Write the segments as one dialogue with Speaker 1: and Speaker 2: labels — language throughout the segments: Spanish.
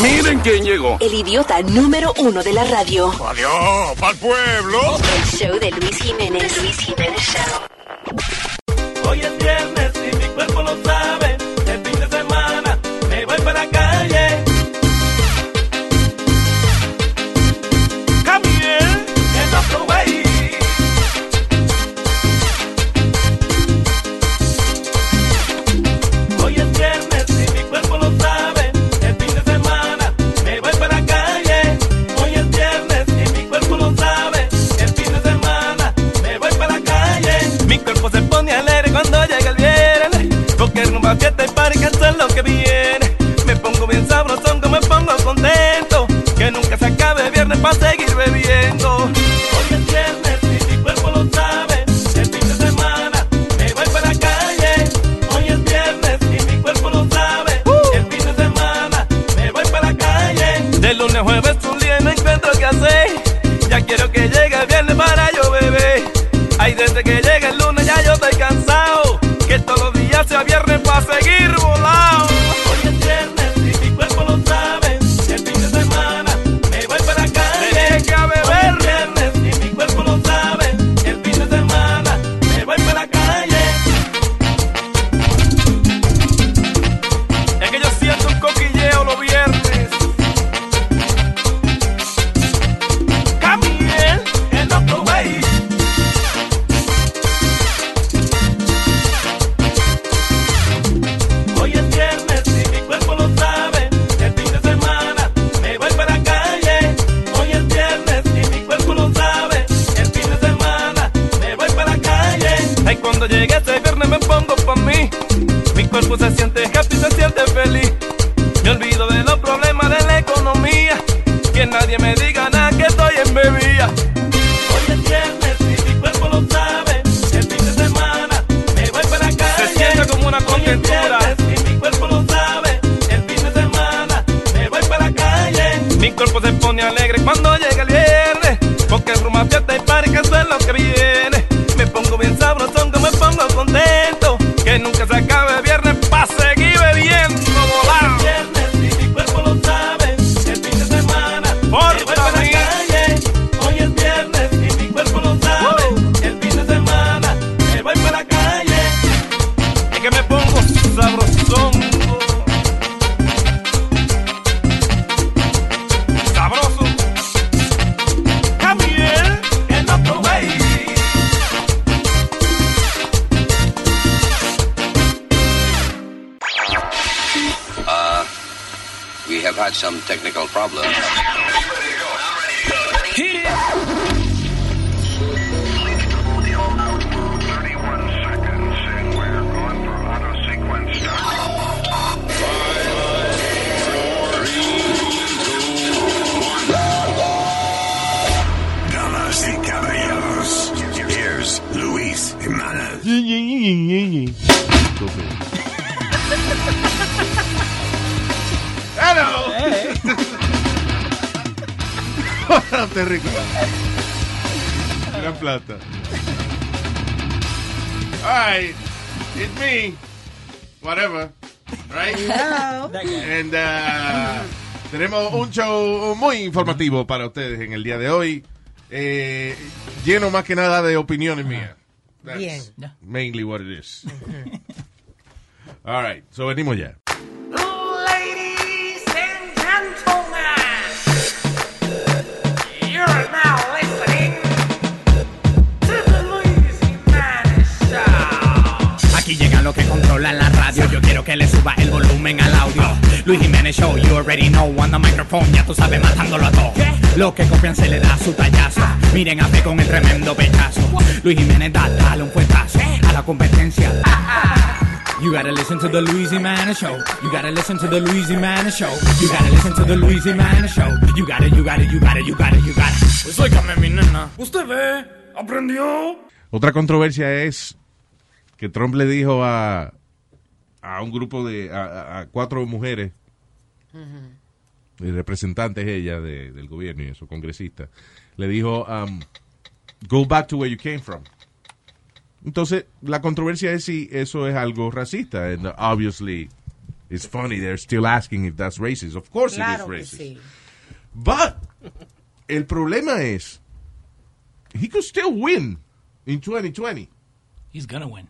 Speaker 1: Miren quién llegó.
Speaker 2: El idiota número uno de la radio.
Speaker 1: Adiós, pa'l pueblo.
Speaker 2: El show de Luis Jiménez. Luis Jiménez Show.
Speaker 3: Hoy es viernes y mi cuerpo lo sabe. El fin de semana me voy para la calle. Camille, en otro way. Hoy es viernes y mi cuerpo lo sabe. El fin de semana me voy para la calle. Hoy es viernes y mi cuerpo lo sabe. El fin de semana me voy para la calle. Mi cuerpo se pone alegre cuando llega el viernes. Porque rumba fiesta y para cantar lo que viene. Me pongo bien sabrosón, que me pongo contento. Que nunca se acabe el viernes para seguir bebiendo. Hoy es viernes y mi cuerpo lo sabe. El fin de semana me voy para la calle. Hoy es viernes y mi cuerpo lo sabe. El fin de semana me voy para la calle. De lunes a jueves un día y no encuentro qué hacer. Ya quiero que llegue el viernes para yo beber. Ay, desde que llegue el lunes ya yo estoy cansado. Que todos los días sea viernes para seguir volado. Hoy es viernes y mi cuerpo lo sabe. El fin de semana me voy para la calle. a beber. Hoy es viernes y mi cuerpo lo sabe. El fin de semana me voy para la calle. Es que yo siento un coquilleo los viernes. Camille, en otro way. Hoy es viernes y mi cuerpo lo sabe. El fin de semana me voy para la calle. Hoy es viernes y mi cuerpo lo sabe. El fin de semana me voy para la calle. Ay, cuando llegue este viernes me pongo pa' mí. Mi cuerpo se siente happy, se siente feliz. Me olvido de los problemas de la economía. Que nadie me diga nada que estoy en bebida. Hoy es viernes y mi cuerpo lo sabe. El fin de semana me voy para la calle. Se siente como una contentura. Mi cuerpo lo sabe. El fin de semana me voy para la calle. Mi cuerpo se pone alegre cuando llega el viernes. Porque rumba fiesta y party que este eso es lo que viene. Me pongo bien sabrosón, que me pongo contento. Que nunca se acabe el viernes pa' seguir bebiendo, volar. Viernes y mi cuerpo lo sabe. El fin de semana me voy para la calle. Hoy es viernes y mi cuerpo lo sabe. El fin de semana me voy para la calle. Es que me pongo sabrosón. Sabroso. Camille, en otro way.
Speaker 4: Uh, we have had some technical problems.
Speaker 5: Damas y caballeros, here's Luis Jimenez.
Speaker 6: Hello. Te rico. La plata. Alright, it's me. Whatever. Right? And, uh, tenemos un show muy informativo para ustedes en el día de hoy. Eh, lleno más que nada de opiniones mías. That's
Speaker 7: Bien.
Speaker 5: Mainly what it is. All right, so venimos ya.
Speaker 3: Ladies and gentlemen, you're now listening to the Luis Jimenez Show.
Speaker 8: Aquí llega lo que controla la radio. Yo quiero que le suba el volumen al audio. Luis Jiménez Show, you already know. On the microphone, ya tú sabes, matándolo a todo. Lo que confianza le da su tallazo. Miren a P con el tremendo pechazo. Luis Jiménez da, dale un fuetazo a la competencia. You gotta listen to the Luis Jiménez Show. You gotta listen to the Luis Jiménez Show. You gotta listen to the Luis Jiménez Show. You gotta, you gotta, you gotta, you gotta, you gotta.
Speaker 3: Pues óigame, mi nena. ¿Usted ve? ¿Aprendió?
Speaker 5: Otra controversia es que Trump le dijo a, a un grupo de a, a- a cuatro mujeres, de representantes ellas de- del gobierno y eso, congresistas, le dijo, um, go back to where you came from. Entonces, la controversia es si eso es algo racista. And obviously, It's funny, they're still asking if that's racist. Of course
Speaker 7: Claro
Speaker 5: it
Speaker 7: que
Speaker 5: is racist.
Speaker 7: sí.
Speaker 5: But el problema es, he could still win in 2020.
Speaker 9: He's gonna win.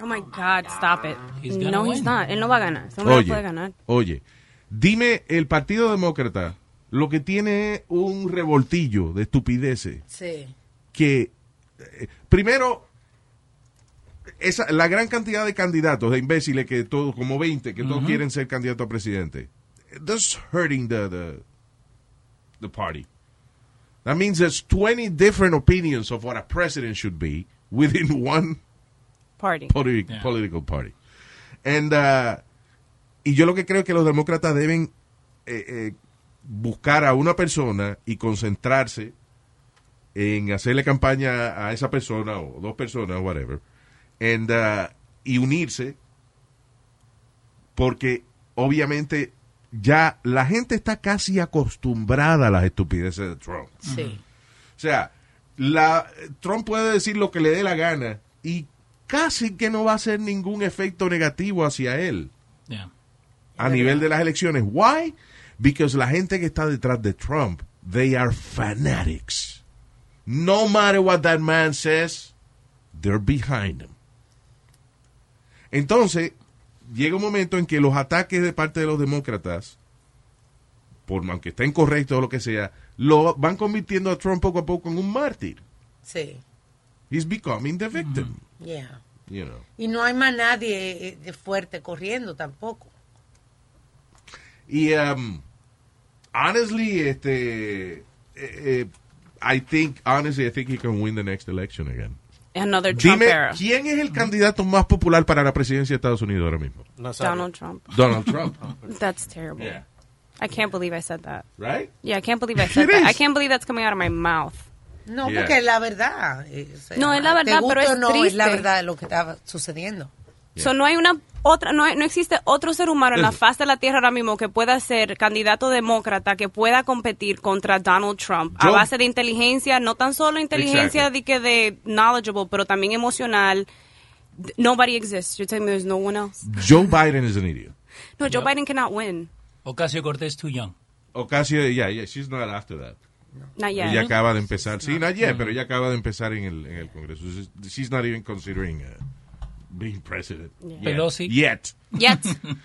Speaker 10: Oh my God, stop it.
Speaker 9: He's gonna
Speaker 10: no, he's
Speaker 9: win.
Speaker 10: not. Él no va a ganar. Eso no
Speaker 5: Oye,
Speaker 10: puede ganar.
Speaker 5: oye, dime el Partido Demócrata lo que tiene es un revoltillo de estupideces
Speaker 7: Sí.
Speaker 5: que eh, primero esa, la gran cantidad de candidatos de imbéciles que todos como 20 que todos quieren ser candidato a presidente that's hurting the, the the party that means there's 20 different opinions of what a president should be within one
Speaker 10: Party.
Speaker 5: politi-
Speaker 9: Yeah.
Speaker 5: political party. And, uh, y yo lo que creo es que los demócratas deben eh, eh, buscar a una persona y concentrarse en hacerle campaña a esa persona o dos personas, whatever, and, uh, y unirse porque obviamente ya la gente está casi acostumbrada a las estupideces de Trump.
Speaker 7: Sí.
Speaker 5: O sea, la, Trump puede decir lo que le dé la gana y casi que no va a hacer ningún efecto negativo hacia él
Speaker 9: Yeah.
Speaker 5: a nivel de las elecciones. Why? Because la gente que está detrás de Trump, they are fanatics. No matter what that man says, they're behind him. Entonces, llega un momento en que los ataques de parte de los demócratas, por aunque estén correctos o lo que sea, lo van convirtiendo a Trump poco a poco en un mártir.
Speaker 7: Sí.
Speaker 5: He's becoming the victim,
Speaker 7: Yeah.
Speaker 5: you know.
Speaker 7: Y no hay más nadie eh, de fuerte corriendo tampoco.
Speaker 5: Y, um, honestly, este, eh, eh, I think, honestly, I think he can win the next election again.
Speaker 10: Another Trump
Speaker 5: Dime,
Speaker 10: era.
Speaker 5: ¿quién es el candidato más popular para la presidencia de Estados Unidos ahora mismo?
Speaker 10: Donald Trump.
Speaker 5: Donald Trump.
Speaker 10: That's terrible. I can't believe I said that.
Speaker 5: Right?
Speaker 10: Yeah, I can't believe I said
Speaker 5: It is.
Speaker 10: that. I can't believe that's coming out of my mouth.
Speaker 7: No,
Speaker 5: Yeah.
Speaker 7: porque es la verdad. eh, o sea,
Speaker 10: No, es la
Speaker 7: te
Speaker 10: verdad, pero
Speaker 7: guste o
Speaker 10: es
Speaker 7: no, Es la
Speaker 10: triste.
Speaker 7: verdad de lo que estaba sucediendo.
Speaker 10: So, no hay una otra, no, hay- no existe otro ser humano en la
Speaker 5: Eso.
Speaker 10: faz de la tierra ahora mismo que pueda ser candidato demócrata que pueda competir contra Donald Trump a
Speaker 5: Yo-
Speaker 10: base de inteligencia, no tan solo inteligencia de que de knowledgeable, pero también emocional. D- Nobody exists. You're telling me there's no one else.
Speaker 5: Joe Biden is an idiot.
Speaker 10: No, Joe Biden cannot win.
Speaker 9: Ocasio Cortez too young.
Speaker 5: Ocasio, eh, yeah, yeah, she's not after that.
Speaker 10: Not yet.
Speaker 5: Ella acaba de empezar, sí, no ayer, pero ella acaba de empezar en el, en el Congreso. She's- She's not even considering uh, being president. Yet.
Speaker 9: Pelosi.
Speaker 5: Yet.
Speaker 10: Yet.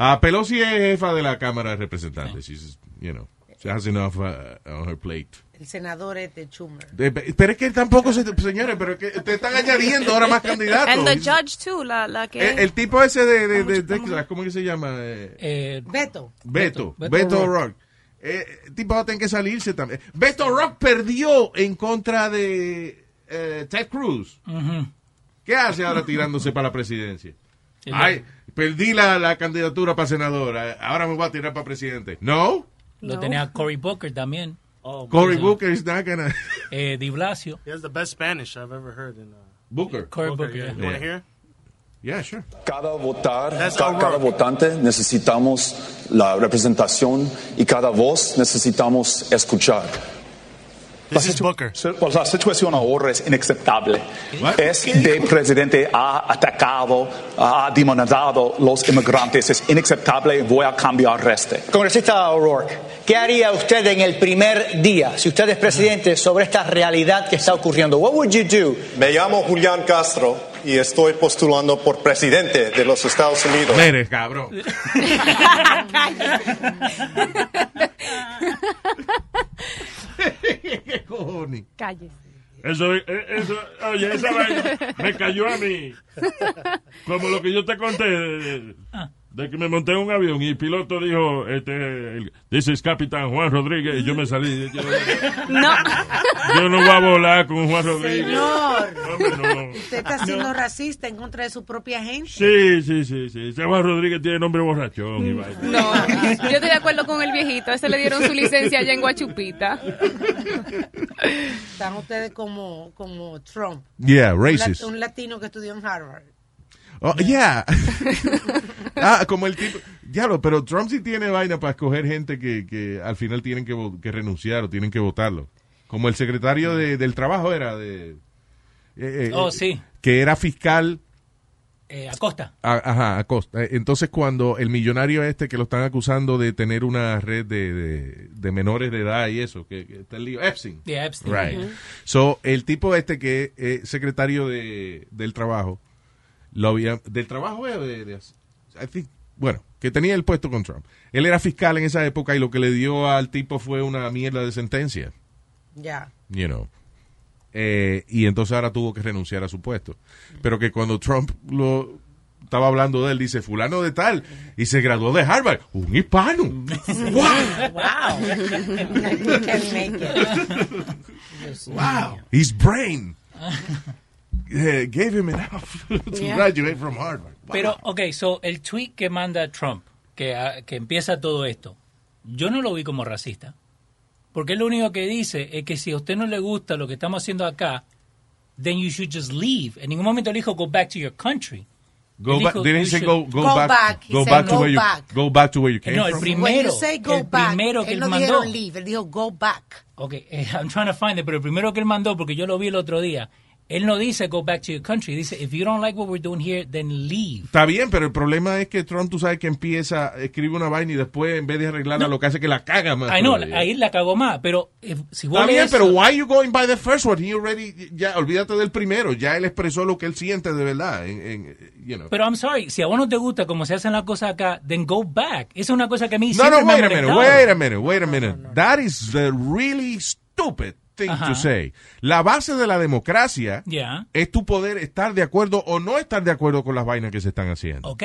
Speaker 5: Ah, Pelosi es jefa de la Cámara de Representantes. She's, you know, she has enough uh, on her plate.
Speaker 7: El senador este Schumer.
Speaker 5: De- pero es que tampoco se... Señores, pero es que te están añadiendo ahora más candidatos.
Speaker 10: And the judge too, la, la que.
Speaker 5: Ah, El, el tipo ese de, de, de Texas, ¿cómo que se llama? Eh,
Speaker 9: Eh,
Speaker 7: Beto.
Speaker 5: Beto, Beto,
Speaker 9: Beto- Beto
Speaker 5: Rock. el Eh, tipo va a tener que salirse también. Beto Rock perdió en contra de eh, Ted Cruz. ¿Qué hace ahora tirándose para la presidencia?
Speaker 9: el-
Speaker 5: Ay, perdí la, la candidatura para senadora. Ahora me voy a tirar para presidente. No,
Speaker 9: lo
Speaker 10: No.
Speaker 9: tenía Cory Booker también.
Speaker 5: Cory Booker is not gonna-
Speaker 9: Eh, Di Blasio.
Speaker 11: Oh, He has the best Spanish I've ever heard. In, uh,
Speaker 5: Booker.
Speaker 9: Cory Booker, yeah.
Speaker 11: You want to hear?
Speaker 5: Yeah, sure.
Speaker 3: Cada votar,
Speaker 11: Eh, That's
Speaker 3: ca-
Speaker 11: O'Rourke.
Speaker 3: cada votante necesitamos la representación y cada voz necesitamos escuchar.
Speaker 11: This is Booker.
Speaker 3: Pues la situación ahora es inaceptable.
Speaker 5: What?
Speaker 3: Este presidente ha atacado, ha demonizado los inmigrantes. Es inaceptable. Voy a cambiar este.
Speaker 8: Congresista O'Rourke, ¿qué haría usted en el primer día, si usted es presidente, sobre esta realidad que está ocurriendo? What would you do?
Speaker 3: Me llamo Julián Castro y estoy postulando por presidente de los Estados Unidos.
Speaker 5: Mere, cabrón. ¿Qué cojones?
Speaker 10: Calles.
Speaker 1: Eso, eh, eso, oye, esa vaina me cayó a mí. Como lo que yo te conté de, de que me monté en un avión y el piloto dijo, este, el- this is Capitán Juan Rodríguez y yo me salí. Yo,
Speaker 10: No.
Speaker 1: yo no voy a volar con Juan Rodríguez.
Speaker 7: Señor,
Speaker 1: Hombre, no.
Speaker 7: usted está siendo racista en contra de su propia gente.
Speaker 1: Sí, sí, sí, sí. Ese Juan Rodríguez tiene nombre borrachón y vaina.
Speaker 10: No, yo estoy de acuerdo con el viejito. A ese le dieron su licencia allá en Guachupita.
Speaker 7: Están ustedes como, como Trump.
Speaker 5: Yeah,
Speaker 7: Un,
Speaker 5: racist.
Speaker 7: lat- un latino que estudió en Harvard.
Speaker 5: Oh, yeah. ah, como el tipo. Diablo, pero Trump sí tiene vaina para escoger gente que, que al final tienen que, vo- que renunciar o tienen que votarlo. Como el secretario de- del trabajo era de. eh, eh,
Speaker 9: Mm. Oh,
Speaker 5: eh,
Speaker 9: sí.
Speaker 5: Que era fiscal
Speaker 9: eh, Acosta.
Speaker 5: Ah, Ajá, Acosta. Eh, Entonces, cuando el millonario este que lo están acusando de tener una red de, de- de menores de edad y eso, que, que está el lío, Epstein.
Speaker 9: Yeah, Epstein.
Speaker 5: Right.
Speaker 9: Ujú.
Speaker 5: So, el tipo este que es secretario de, del trabajo, lo había, del trabajo, eh, de, de- I think- bueno, que tenía el puesto con Trump. Él era fiscal en esa época y lo que le dio al tipo fue una mierda de sentencia
Speaker 7: Ya.
Speaker 5: you know. Eh, y entonces ahora tuvo que renunciar a su puesto. Pero que cuando Trump lo estaba hablando de él, dice, fulano de tal, y se graduó de Harvard, un hispano.
Speaker 7: Mm, Wow. We can make it. Dios
Speaker 5: Wow.
Speaker 7: mío.
Speaker 5: His brain eh, gave him enough to
Speaker 9: Yeah.
Speaker 5: graduate from Harvard.
Speaker 9: Pero, ok, so el tweet que manda Trump, que, ah, que empieza todo esto, yo no lo vi como racista. Porque él lo único que dice es que si a usted no le gusta lo que estamos haciendo acá, then you should just leave. En ningún momento le dijo go back to your country.
Speaker 5: Go
Speaker 9: Él
Speaker 5: back,
Speaker 9: dijo,
Speaker 5: didn't he
Speaker 9: "You
Speaker 5: say
Speaker 9: should-"
Speaker 5: go, go,
Speaker 7: Go
Speaker 5: back,
Speaker 7: back. He
Speaker 5: go
Speaker 7: said
Speaker 5: back to
Speaker 7: go
Speaker 5: where
Speaker 7: back.
Speaker 5: you go back to where you came
Speaker 9: No, el
Speaker 5: from.
Speaker 9: prim-
Speaker 7: When
Speaker 9: Primero,
Speaker 7: you say go
Speaker 9: el
Speaker 7: back,
Speaker 9: primero que
Speaker 7: él
Speaker 9: él
Speaker 7: no
Speaker 9: mandó.
Speaker 7: dijeron leave, él dijo go back.
Speaker 9: Ok, eh, I'm trying to find it, pero el primero que él mandó, porque yo lo vi el otro día, él no dice go back to your country, dice if you don't like what we're doing here, then leave.
Speaker 5: Está bien, pero el problema es que Trump, tú sabes que empieza, escribe una vaina y después, en vez de arreglarla, lo que hace es que la caga más.
Speaker 9: Ay, no,
Speaker 5: todavía.
Speaker 9: ahí la cagó más, pero if- si vos
Speaker 5: Está bien,
Speaker 9: lees-
Speaker 5: pero why you going by the first one? He already, ya, olvídate del primero. Ya él expresó lo que él siente de verdad. en- en- you know.
Speaker 9: Pero I'm sorry, si a vos no te gusta cómo se hacen las cosas acá, then go back. Esa es una cosa que a mí
Speaker 5: no,
Speaker 9: siempre
Speaker 5: no,
Speaker 9: me ha
Speaker 5: wait a minute,
Speaker 9: molestado.
Speaker 5: wait a minute, wait a minute. That is the really stupid thing
Speaker 9: Ajá.
Speaker 5: to say. La base de la democracia
Speaker 9: Yeah.
Speaker 5: es tu poder estar de acuerdo o no estar de acuerdo con las vainas que se están haciendo.
Speaker 9: Ok.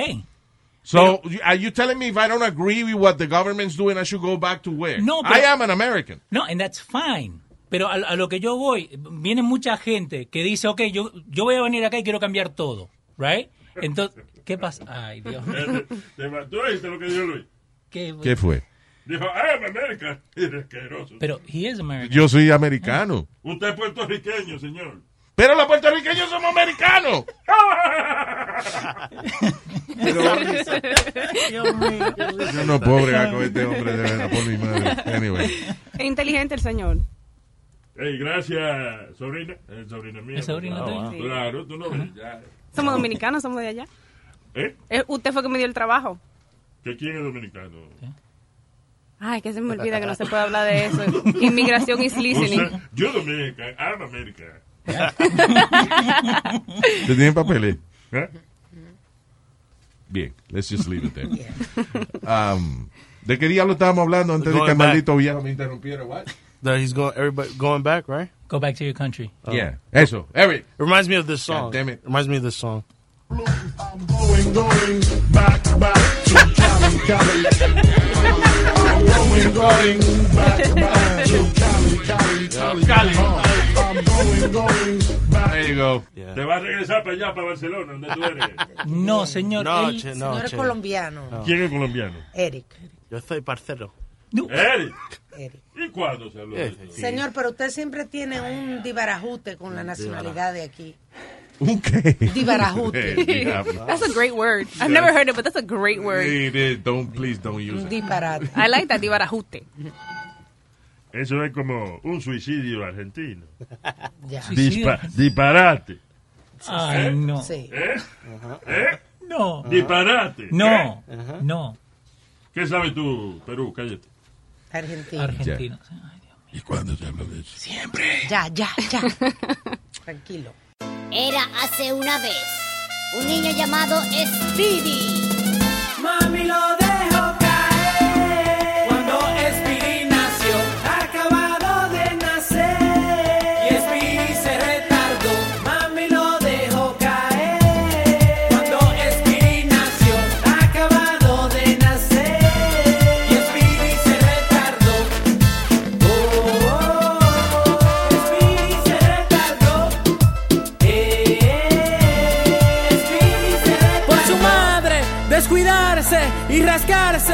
Speaker 5: So, you- are you telling me if I don't agree with what the government's doing, I should go back to where?
Speaker 9: No,
Speaker 5: I
Speaker 9: pero-
Speaker 5: am an American.
Speaker 9: No, and that's fine. Pero a, a lo que yo voy, viene mucha gente que dice, ok, yo, yo voy a venir acá y quiero cambiar todo, right? Entonces, ¿qué pasa? Ay, Dios.
Speaker 12: Eh,
Speaker 1: Este,
Speaker 12: te- te- ¿Tú oíste lo que dijo Luis?
Speaker 9: ¿Qué,
Speaker 5: ¿Qué fue?
Speaker 12: Dijo,
Speaker 1: "Ah,
Speaker 12: I am America. Era asqueroso.
Speaker 9: Pero he is American.
Speaker 5: Yo soy americano.
Speaker 12: Usted es puertorriqueño, señor.
Speaker 5: Pero los puertorriqueños somos americanos. Yo no puedo bregar con este hombre de verdad, por mi madre. Anyway.
Speaker 10: Es inteligente el señor.
Speaker 12: Hey, gracias, sobrina. Eh, sobrina mía.
Speaker 9: Es sobrina
Speaker 12: Claro,
Speaker 9: tuya.
Speaker 12: ah. Claro, tú no ves. ya.
Speaker 10: Somos dominicanos, somos de allá.
Speaker 12: ¿Eh?
Speaker 10: Eh, Usted fue que me dio el trabajo.
Speaker 12: ¿Que quién es dominicano?
Speaker 10: Ay, que se me olvida que no se puede hablar de eso. Inmigración is listening.
Speaker 12: Usted- yo dominicano, I'm America.
Speaker 5: ¿Te tienen papeles?
Speaker 12: ¿Eh?
Speaker 5: Bien, let's just leave it there. Um, ¿De qué día lo estábamos hablando antes de que el
Speaker 11: Going back.
Speaker 5: maldito viejo me interrumpiera? What?
Speaker 11: That he's going. Everybody going back, right? Oh.
Speaker 9: Go back to your country.
Speaker 5: Yeah, Oh. eso, Eric.
Speaker 11: Reminds me of this song.
Speaker 5: God damn it.
Speaker 11: Reminds me of this song.
Speaker 13: Going, going, back, back to Cali, Cali. I'm going, going, back, back to Cali, Cali, Cali. I'm going, going,
Speaker 5: There you go.
Speaker 12: Te vas a regresar para allá, para Barcelona, donde tú eres.
Speaker 9: No, señor.
Speaker 11: No,
Speaker 9: él-
Speaker 11: che,
Speaker 7: No
Speaker 11: no,
Speaker 7: eres
Speaker 11: che.
Speaker 7: colombiano,
Speaker 12: ¿Quién es colombiano?
Speaker 7: Eric.
Speaker 11: Yo soy parcero.
Speaker 5: Eh?
Speaker 12: Eric.
Speaker 7: Eric.
Speaker 12: ¿Y cuándo se habló de eso?
Speaker 7: Señor, pero usted siempre tiene un dibarajute con la nacionalidad de aquí.
Speaker 5: ¿Un qué?
Speaker 7: Dibarajute.
Speaker 5: Eh, diablo.
Speaker 10: That's a great word. I've never heard it, but that's a great word.
Speaker 5: Eh, eh, Don't, please don't use
Speaker 7: Un
Speaker 5: it.
Speaker 7: disparate.
Speaker 10: I like that, dibarajute.
Speaker 12: Eso es como un suicidio argentino.
Speaker 7: Ya.
Speaker 9: Suicidio.
Speaker 12: Dispa- disparate.
Speaker 9: Ay, no.
Speaker 7: Sí.
Speaker 12: ¿Eh? ¿Eh?
Speaker 9: No.
Speaker 12: Disparate. ¿Eh?
Speaker 9: No. No.
Speaker 12: ¿Qué sabes tú, Perú? Cállate.
Speaker 7: Argentina.
Speaker 9: Argentino.
Speaker 12: ¿Y cuándo se habló de eso?
Speaker 7: Ya, ya, ya. Tranquilo.
Speaker 14: Era hace una vez un niño llamado Speedy.
Speaker 13: Mami lo dejo caer Cuando Speedy nació Acabado de nacer Y Speedy se retardó Mami lo dejó caer Cuando Speedy nació Acabado de nacer Y Speedy se retardó Oh, oh, oh. Speedy se retardó Eh, eh, Speedy se retardó Por su madre descuidarse y rascarse.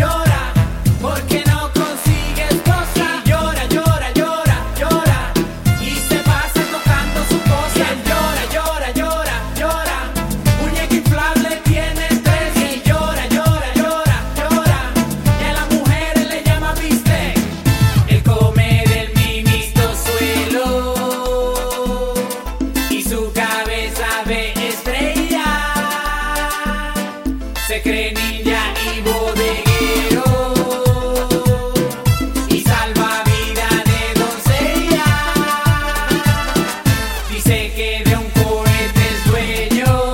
Speaker 13: llora, porque no consigue esposa. Y llora, llora, llora, llora, y se pasa tocando su cosa. Y él llora, llora.
Speaker 15: Alegre, ninja y bodeguero. Y salva vida de doncella. Dice que de un cohete es dueño.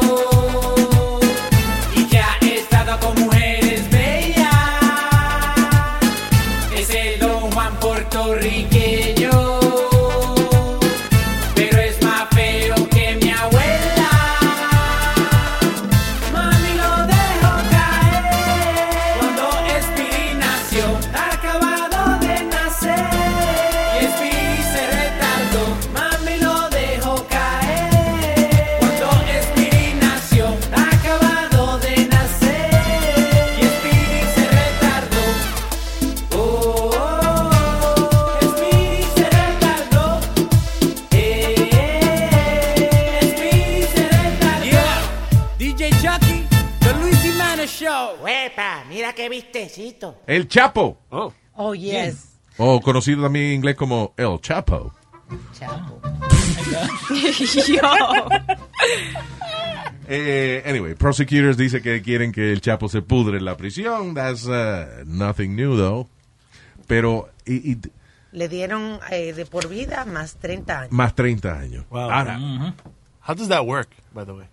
Speaker 15: Y que ha estado con mujeres bellas. Es el don Juan puertorriqueño. Pero es más feo que mi abuela. Mami lo dejó caer cuando Espiri nació, acabado de nacer. Y Espiri se retardó, mami lo dejó caer cuando Espiri nació, acabado de nacer. Y Espiri se retardó. Oh, oh, oh. Espiri se retardó. Eh, eh, eh. Espiri se retardó.
Speaker 16: DJ Chucky, The Luis Jiménez Show. ¡Huepa! Mira qué vistecito.
Speaker 5: El Chapo.
Speaker 7: Oh, yes.
Speaker 5: O conocido también en inglés como El Chapo. Ah.
Speaker 7: Chapo.
Speaker 5: Eh, anyway, prosecutors dice que quieren que el Chapo se pudre en la prisión. That's uh, nothing new, though. Pero, y- y-
Speaker 7: Le dieron eh, de por vida más 30 años.
Speaker 5: más 30 años. Ahora,
Speaker 11: How does that work, by the way?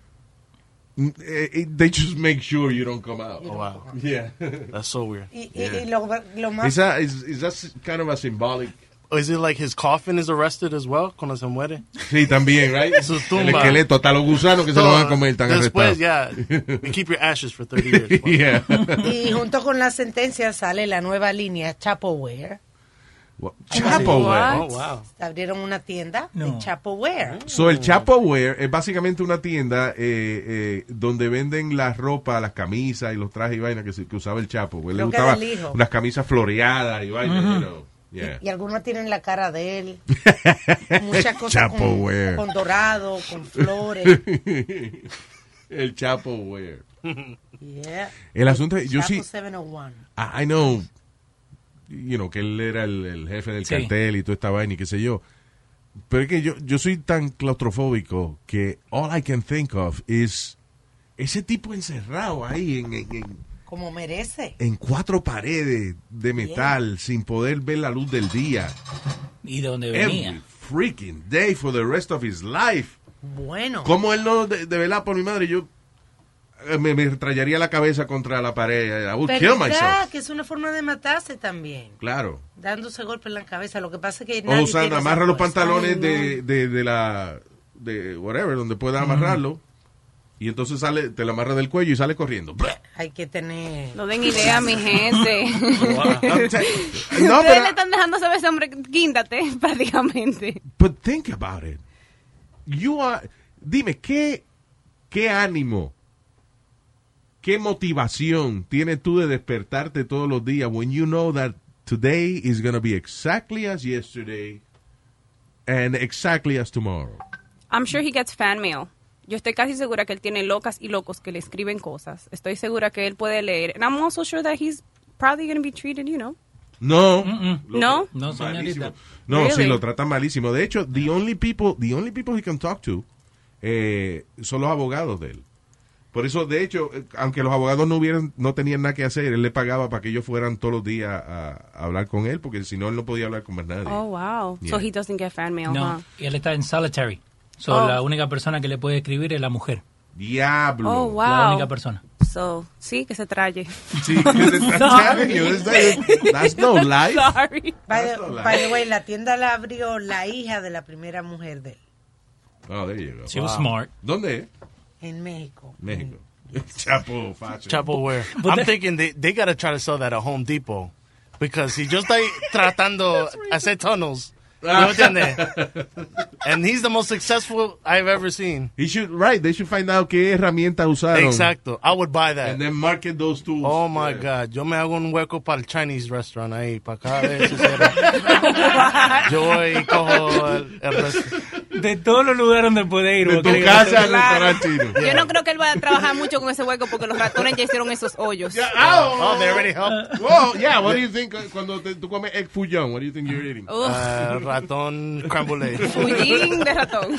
Speaker 5: Mm-hmm. mm, eh, eh, they just make sure you don't come out.
Speaker 11: Oh, wow.
Speaker 5: Yeah.
Speaker 11: That's so weird.
Speaker 7: Y, y- y lo, lo más...
Speaker 5: Is that, is, is that kind of a symbolic...
Speaker 11: Oh, is it like his coffin is arrested as well? Cuando se muere?
Speaker 5: Sí, también, right?
Speaker 11: Su
Speaker 5: El
Speaker 11: tumba.
Speaker 5: esqueleto, hasta los gusanos que se lo van a comer están
Speaker 11: Después,
Speaker 5: arrestados.
Speaker 11: yeah. We keep your ashes for 30 years.
Speaker 5: Yeah.
Speaker 7: Y junto con la sentencia sale la nueva línea Chapoware.
Speaker 5: Chapo, güey.
Speaker 11: Oh,
Speaker 7: Abrieron una tienda
Speaker 5: No. Ah.
Speaker 7: de Chapoware.
Speaker 5: So, el Chapo Wear es básicamente una tienda eh, eh, donde venden la ropa, las camisas y los trajes y vainas que, se- que usaba el Chapo. güey. Le
Speaker 7: Lo que
Speaker 5: gustaba
Speaker 7: del hijo.
Speaker 5: las camisas floreadas y vainas.
Speaker 7: Ujú.
Speaker 5: you know. Yeah.
Speaker 7: Y algunos tienen la cara de él. Muchas cosas con,
Speaker 5: Chapoware.
Speaker 7: con dorado, con flores.
Speaker 5: el Chapo Wear.
Speaker 7: Yeah. oh
Speaker 5: El asunto es- yo
Speaker 7: Chapo
Speaker 5: sí- Ah,
Speaker 7: 701.
Speaker 5: I, I know, you know, que él era el, el jefe del
Speaker 7: Sí.
Speaker 5: cartel y toda esta vaina y qué sé yo. Pero es que yo, yo soy tan claustrofóbico que all I can think of is ese tipo encerrado ahí en- en- en
Speaker 7: Como merece.
Speaker 5: en cuatro paredes de metal sin poder ver la luz del día.
Speaker 9: Y de donde
Speaker 5: Every
Speaker 9: venía.
Speaker 5: freaking day for the rest of his life.
Speaker 7: Bueno.
Speaker 5: Como él no de, de verdad por mi madre, yo eh, me, me trallaría la cabeza contra la pared. I would
Speaker 7: Pero
Speaker 5: kill myself.
Speaker 7: ya, que es una forma de matarse también.
Speaker 5: Claro.
Speaker 7: Dándose golpe en la cabeza. Lo que pasa es que.
Speaker 5: O
Speaker 7: nadie
Speaker 5: usando,
Speaker 7: tiene esa
Speaker 5: amarra los
Speaker 7: fuerza.
Speaker 5: pantalones
Speaker 7: Ay, no.
Speaker 5: de, de, de la. de whatever, donde pueda amarrarlo. Y entonces sale, te lo amarra del cuello y sale corriendo.
Speaker 7: Hay que tener.
Speaker 10: No den idea, mi gente.
Speaker 5: I'm te- No,
Speaker 10: Ustedes
Speaker 5: pero-
Speaker 10: le están dejando saber a ese hombre, guíndate, prácticamente.
Speaker 5: But think about it. You are, dime, ¿qué, ¿qué ánimo, qué motivación tienes tú de despertarte todos los días when you know that today is going to be exactly as yesterday and exactly as tomorrow?
Speaker 10: I'm sure he gets fan mail. Yo estoy casi segura que él tiene locas y locos que le escriben cosas. Estoy segura que él puede leer. And I'm also sure that he's probably going to be treated, you know.
Speaker 5: No. Lo-
Speaker 10: No.
Speaker 9: No, señorita.
Speaker 5: malísimo. No, sí,
Speaker 10: Really?
Speaker 5: lo tratan malísimo. De hecho, the only people, the only people he can talk to eh, son los abogados de él. Por eso, de hecho, eh, aunque los abogados no hubieran, no tenían nada que hacer, él le pagaba para que ellos fueran todos los días a, a hablar con él, porque si no, él no podía hablar con más nadie.
Speaker 10: Oh, wow.
Speaker 5: Yeah.
Speaker 10: So he doesn't get fan mail, huh?
Speaker 9: No, y él está en solitary. So,
Speaker 10: Oh.
Speaker 9: La única persona que le puede escribir es la mujer.
Speaker 5: Diablo.
Speaker 10: Oh, wow.
Speaker 9: La única persona.
Speaker 10: So, sí, que se tralle.
Speaker 5: Sí, que se tralle.
Speaker 10: Sorry.
Speaker 5: Yo estoy- that's no life.
Speaker 10: Sorry.
Speaker 7: By the,
Speaker 5: That's not
Speaker 7: by the
Speaker 5: life.
Speaker 7: way, la tienda la abrió la hija de la primera mujer de él
Speaker 5: Oh, there you go.
Speaker 9: She was smart.
Speaker 5: ¿Dónde? es?
Speaker 7: en México.
Speaker 5: México. Chapo, fashion.
Speaker 11: Chapel wear.
Speaker 5: But
Speaker 11: I'm
Speaker 5: that-
Speaker 11: thinking they, they got to try to sell that at Home Depot because he just like tratando hacer tunnels. You
Speaker 5: Ah.
Speaker 11: know what I'm saying? and he's the most successful I've ever seen.
Speaker 5: He should, right, they should find out qué herramienta usaron.
Speaker 11: Exacto. I would buy that. And
Speaker 5: then market those tools.
Speaker 11: Oh my God. Yo me hago un hueco para el Chinese restaurant ahí. Para cada vez. Yo voy y cojo el, el restaurant.
Speaker 9: De todos los lugares donde puede ir.
Speaker 11: De
Speaker 9: creo. Claro.
Speaker 10: Yo no creo que él vaya a trabajar mucho con ese hueco porque los ratones ya hicieron esos hoyos.
Speaker 5: Oh, they already helped. Well, yeah, what do you think uh, cuando te, tú comes egg fouillon, what do you think you're eating?
Speaker 10: Ugh. Ah,
Speaker 5: ratón
Speaker 10: Fullín de ratón.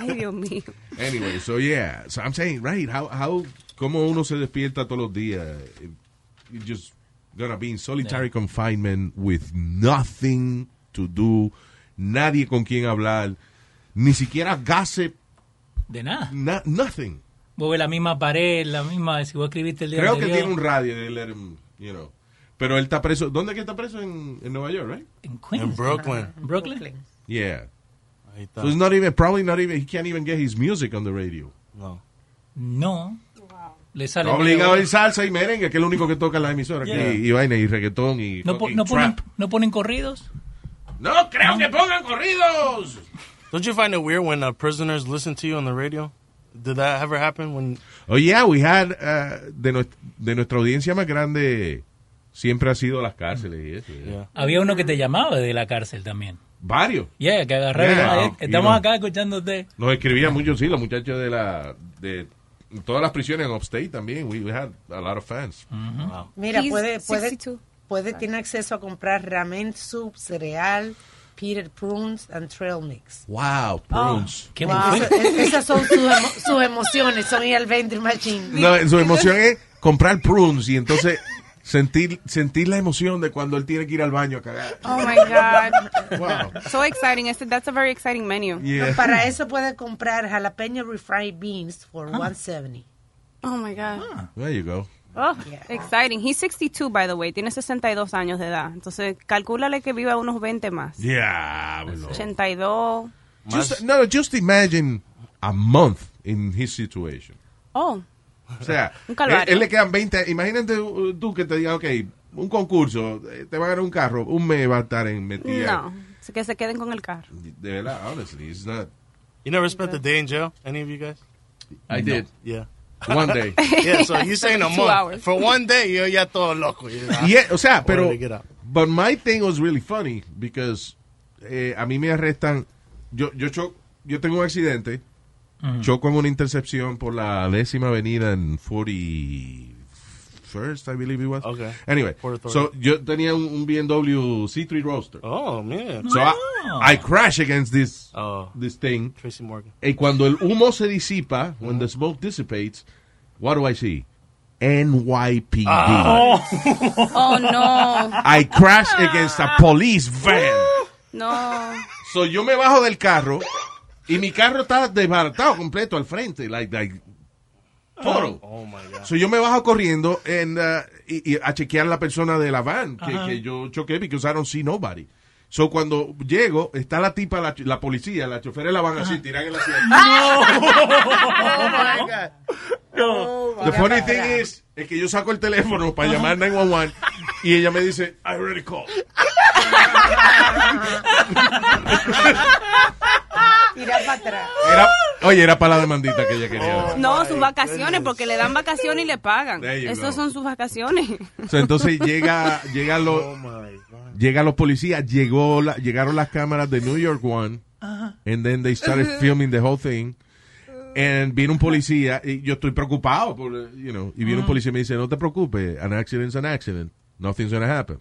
Speaker 10: Ay, Dios mío.
Speaker 5: Anyway, so yeah, so I'm saying, right, how how cómo uno se despierta todos los días. You're just gonna be in solitary confinement with nothing to do, nadie con quien hablar, ni siquiera gossip,
Speaker 9: De nada.
Speaker 5: na- nothing.
Speaker 9: Vos ves la misma pared, la misma. Si vos escribiste el día
Speaker 5: Creo que
Speaker 9: anterior.
Speaker 5: tiene un radio de let him, you know. Pero él está preso. ¿Dónde que está preso? En, en Nueva York, right?
Speaker 9: En
Speaker 11: Queens. En Brooklyn.
Speaker 9: Brooklyn.
Speaker 5: Yeah.
Speaker 11: está.
Speaker 5: So it's not even, probably not even, he can't even get his music on the radio.
Speaker 11: No.
Speaker 9: No. Le sale.
Speaker 5: Está obligado a
Speaker 9: medio-
Speaker 5: ir salsa y merengue, que es lo único que toca en la emisora. aquí,
Speaker 9: Yeah.
Speaker 5: y vaina, y reggaetón, y
Speaker 9: No, po-
Speaker 5: fucking
Speaker 9: no
Speaker 5: trap.
Speaker 9: ponen, ¿No ponen corridos?
Speaker 5: No creo que pongan corridos.
Speaker 11: Don't you find it weird when uh, prisoners listen to you on the radio? Did that ever happen? When
Speaker 5: Oh, yeah, we had, uh, de, nues- de nuestra audiencia más grande, siempre ha sido las cárceles y eso. yeah.
Speaker 9: Había uno que te llamaba de la cárcel también.
Speaker 5: Varios.
Speaker 9: Yeah, que agarraron.
Speaker 5: Yeah.
Speaker 9: "Ah, eh,
Speaker 5: Wow.
Speaker 9: Estamos
Speaker 5: You
Speaker 9: acá escuchándote.
Speaker 5: Nos escribían mucho, sí, los muchachos de la de todas las prisiones en Upstate también. We, we had a lot of fans.
Speaker 9: Mm-hmm.
Speaker 7: Mira,
Speaker 10: He's Ah.
Speaker 7: puede, puede,
Speaker 10: 62.
Speaker 7: puede tiene acceso a comprar ramen, soup, cereal, Peter Prunes and Trail Mix. Oh,
Speaker 5: Wow, prunes.
Speaker 9: Oh, Qué
Speaker 7: Wow. Eso- es- esas son sus, emo- sus emociones, son el vending machine.
Speaker 5: No, su emoción es comprar prunes y entonces sentir sentir la emoción de cuando él tiene que ir al baño a cagar.
Speaker 10: Oh my God.
Speaker 5: Wow.
Speaker 10: So exciting. Este- that's a very exciting menu.
Speaker 5: Yeah.
Speaker 7: Para eso puede comprar jalapeño refried beans for 170.
Speaker 10: Oh my God.
Speaker 5: There you go.
Speaker 10: Oh, exciting. He's 62, by the way. Tiene 62 años de edad. Entonces, calcúlale que viva unos 20 más.
Speaker 5: Diablo.
Speaker 10: 82.
Speaker 5: Just, no, just imagine a month in his situation.
Speaker 10: Oh.
Speaker 5: O sea,
Speaker 10: Un
Speaker 5: él,
Speaker 10: calvario.
Speaker 5: él le quedan 20. Imagínate uh, tú que te diga, ok, un concurso, eh, te va a ganar un carro, un mes va a estar en metida.
Speaker 10: No. Así que se queden con el carro.
Speaker 5: De verdad, honestly, it's not.
Speaker 11: you never spent a day in jail, any of you guys?
Speaker 5: I did.
Speaker 11: Yeah.
Speaker 5: One day.
Speaker 11: yeah. So you saying a
Speaker 10: Two
Speaker 11: month
Speaker 10: hours.
Speaker 11: for one day? You're ya todo loco. you know?
Speaker 5: Yeah, o sea,
Speaker 11: Wanted
Speaker 5: pero.
Speaker 11: to get out.
Speaker 5: But my thing was really funny because eh, a mí me arrestan. Yo, yo, cho- yo tengo un accidente.
Speaker 3: Ujú.
Speaker 5: Choco en una intercepción por la décima avenida en 41st, I believe it was.
Speaker 11: Okay.
Speaker 5: Anyway,
Speaker 11: Fourth Avenue.
Speaker 5: so yo tenía un, un BMW C3 Roadster.
Speaker 11: Oh, man.
Speaker 5: So I, I crash against this, this thing.
Speaker 11: Oh. Tracy Morgan.
Speaker 5: Y cuando el humo se disipa, when the smoke dissipates, what do I see? NYPD.
Speaker 10: Oh, no.
Speaker 5: I crash against a police van.
Speaker 10: No.
Speaker 5: So yo me bajo del carro y mi carro está desbaratado completo al frente, like, like total.
Speaker 11: Oh my god.
Speaker 5: So yo me bajo corriendo and, uh, y, y a chequear la persona de la van que,
Speaker 11: Ajá.
Speaker 5: que yo choqué because I don't see nobody. So cuando llego, está la tipa, la, la policía, la chofer de la van así, tiran en la silla.
Speaker 17: Oh,
Speaker 3: No.
Speaker 5: The funny thing is, es que yo saco el teléfono para llamar 911 y ella me dice, I already called.
Speaker 7: Tira para atrás.
Speaker 5: Era- oye, era para la demandita que ella quería.
Speaker 10: No, sus vacaciones, porque le dan vacaciones y le pagan.
Speaker 5: There you
Speaker 10: Esas
Speaker 5: go.
Speaker 10: son sus vacaciones.
Speaker 5: So, entonces llega, llega los, llega los policías, llegó la- llegaron las cámaras de New York One,
Speaker 3: Ajá.
Speaker 5: and then they started filming the whole thing. And viene un policía, y yo estoy preocupado, por, you know, y viene un
Speaker 3: Ajá.
Speaker 5: policía y me dice, no te preocupes, an accident's an accident, nothing's gonna happen.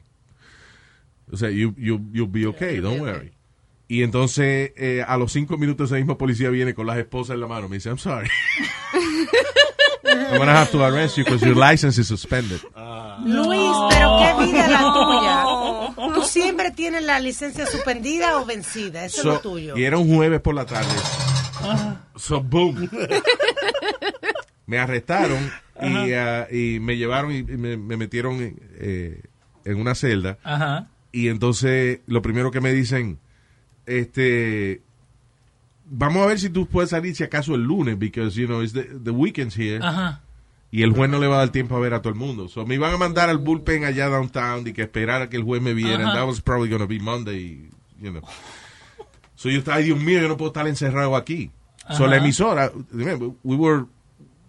Speaker 5: O sea, you, you, you'll be okay, don't worry. Y entonces, eh, a los cinco minutos, ese mismo policía viene con las esposas en la mano, me dice, I'm sorry. I'm gonna have to arrest you because your license is suspended.
Speaker 7: Luis, pero qué vida la tuya. Tú siempre tienes la licencia suspendida o vencida.
Speaker 5: So,
Speaker 7: Eso es lo tuyo.
Speaker 5: Y era un jueves por la tarde.
Speaker 9: Ah.
Speaker 5: So, boom. me arrestaron y, ah, y me llevaron y y me, me metieron eh, en una celda.
Speaker 9: Ajá.
Speaker 5: Y entonces lo primero que me dicen, este, vamos a ver si tú puedes salir si acaso el lunes, because you know it's the, the weekend's here.
Speaker 9: Ajá.
Speaker 5: Y el juez no le va a dar tiempo a ver a todo el mundo. So, me iban a mandar al bullpen allá downtown y que esperar a que el juez me viera. And
Speaker 3: Ajá.
Speaker 5: that was probably going to be Monday, you know. So yo estaba, ay Dios mío, yo no puedo estar encerrado aquí. So
Speaker 3: Ajá.
Speaker 5: la emisora, remember, we were,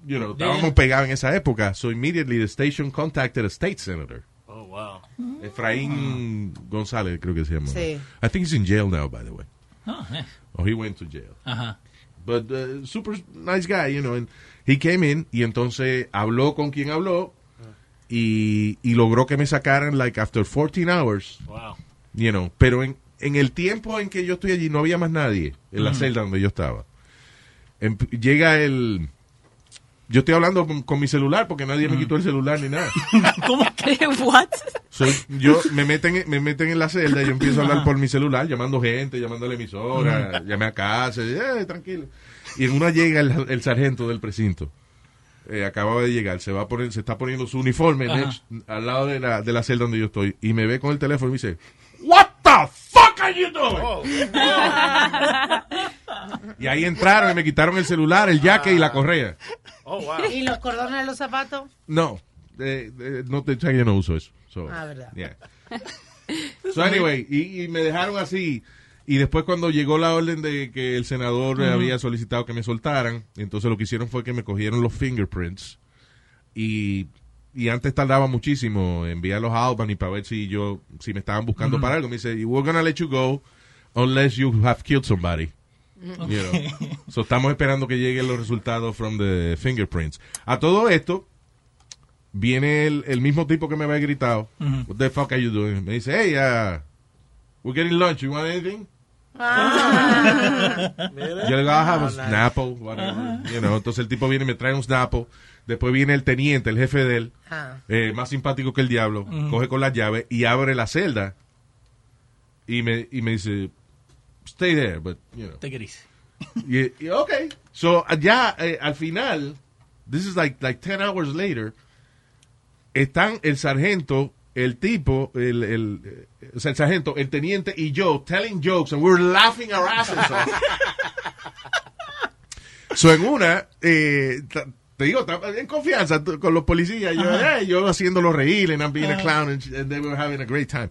Speaker 5: you know,
Speaker 3: Yeah.
Speaker 5: estábamos pegados en esa época. So immediately the station contacted a state senator.
Speaker 11: Oh wow.
Speaker 5: Efraín González, creo que se llama.
Speaker 11: Sí.
Speaker 5: I think he's in jail now, by the way.
Speaker 9: Oh, eh.
Speaker 5: Or he went to jail.
Speaker 9: Ajá.
Speaker 5: But uh, super nice guy, you know. And he came in y entonces habló con quien habló y, y logró que me sacaran, like, after 14 hours.
Speaker 11: Wow.
Speaker 5: You know, pero en, en el tiempo en que yo estoy allí no había más nadie en la
Speaker 3: Ujú.
Speaker 5: celda donde yo estaba. Em- llega el, Yo estoy hablando con, con mi celular porque nadie me quitó el celular ni nada.
Speaker 18: ¿Cómo que? What?
Speaker 5: Soy, yo me meten, en- me meten en la celda y yo empiezo a hablar por mi celular, llamando gente, llamando a la emisora,
Speaker 6: Ujú.
Speaker 5: llamé a casa, y, "Eh, tranquilo. Y en una llega el, el sargento del precinto. Eh, acababa de llegar, se va a poner, se está poniendo su uniforme
Speaker 6: Ajá.
Speaker 5: Nech, al lado de la, de la celda donde yo estoy. Y me ve con el teléfono y me dice,
Speaker 6: What the fuck are you doing?
Speaker 9: Oh.
Speaker 5: y ahí entraron y me quitaron el celular, el jaque y la correa.
Speaker 7: ¿Y los cordones de los zapatos?
Speaker 5: No, eh, eh, no te yo no uso eso. So,
Speaker 7: Ah, verdad.
Speaker 5: yeah. So anyway, y, y me dejaron así. Y después cuando llegó la orden de que el senador
Speaker 6: Ujú.
Speaker 5: había solicitado que me soltaran, entonces lo que hicieron fue que me cogieron los fingerprints. Y, y antes tardaba muchísimo enviarlos a Albany para ver si yo, si me estaban buscando
Speaker 6: Ujú.
Speaker 5: para algo. Me dice, we're gonna let you go unless you have killed somebody.
Speaker 6: Mm.
Speaker 5: You know.
Speaker 6: Ok.
Speaker 5: So estamos esperando que lleguen los resultados from the fingerprints. A todo esto, viene el, el mismo tipo que me había gritado,
Speaker 6: Ujú.
Speaker 5: What the fuck are you doing? Me dice, hey, uh, we're getting lunch, you want anything?
Speaker 7: Ah.
Speaker 5: Yo le digo,
Speaker 6: Ah,
Speaker 5: I'll have a Snapple, whatever. You know, entonces el tipo viene y me trae un Snapple. Después viene el teniente, el jefe de él,
Speaker 6: Ah.
Speaker 5: eh, más simpático que el diablo,
Speaker 6: Ujú.
Speaker 5: coge con la llave y abre la celda. Y me, y me dice, stay there, but, you know.
Speaker 9: Te gris.
Speaker 5: Y, y, ok. So, ya eh, al final, this is like, like 10 hours later, están el sargento, el tipo, el, el, eh, o sea, el sargento, el teniente y yo telling jokes and we're laughing our asses off. So, en una, eh, ta- te digo, ta- en confianza tú- con los policías, yo,
Speaker 6: Ajá.
Speaker 5: eh, yo haciéndolo reír, and I'm being a
Speaker 6: Ajá.
Speaker 5: clown, and, sh- and they were having a great time.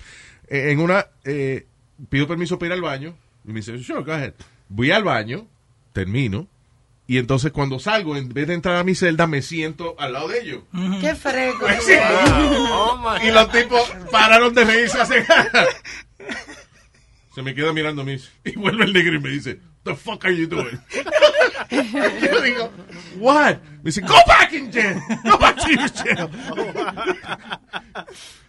Speaker 5: Eh, en una, eh, pido permiso para ir al baño, y me dice, sure, go ahead. Voy al baño, termino, y entonces cuando salgo, en vez de entrar a mi celda, me siento al lado de ellos.
Speaker 7: ¡Qué fresco!
Speaker 17: Pues
Speaker 6: Sí. y los tipos pararon de reírse así.
Speaker 5: Se me queda mirando a mí, y vuelve el negro y me dice, the fuck are you doing?
Speaker 6: Yo digo,
Speaker 5: What? Me dice, go back in jail. Go back to your jail.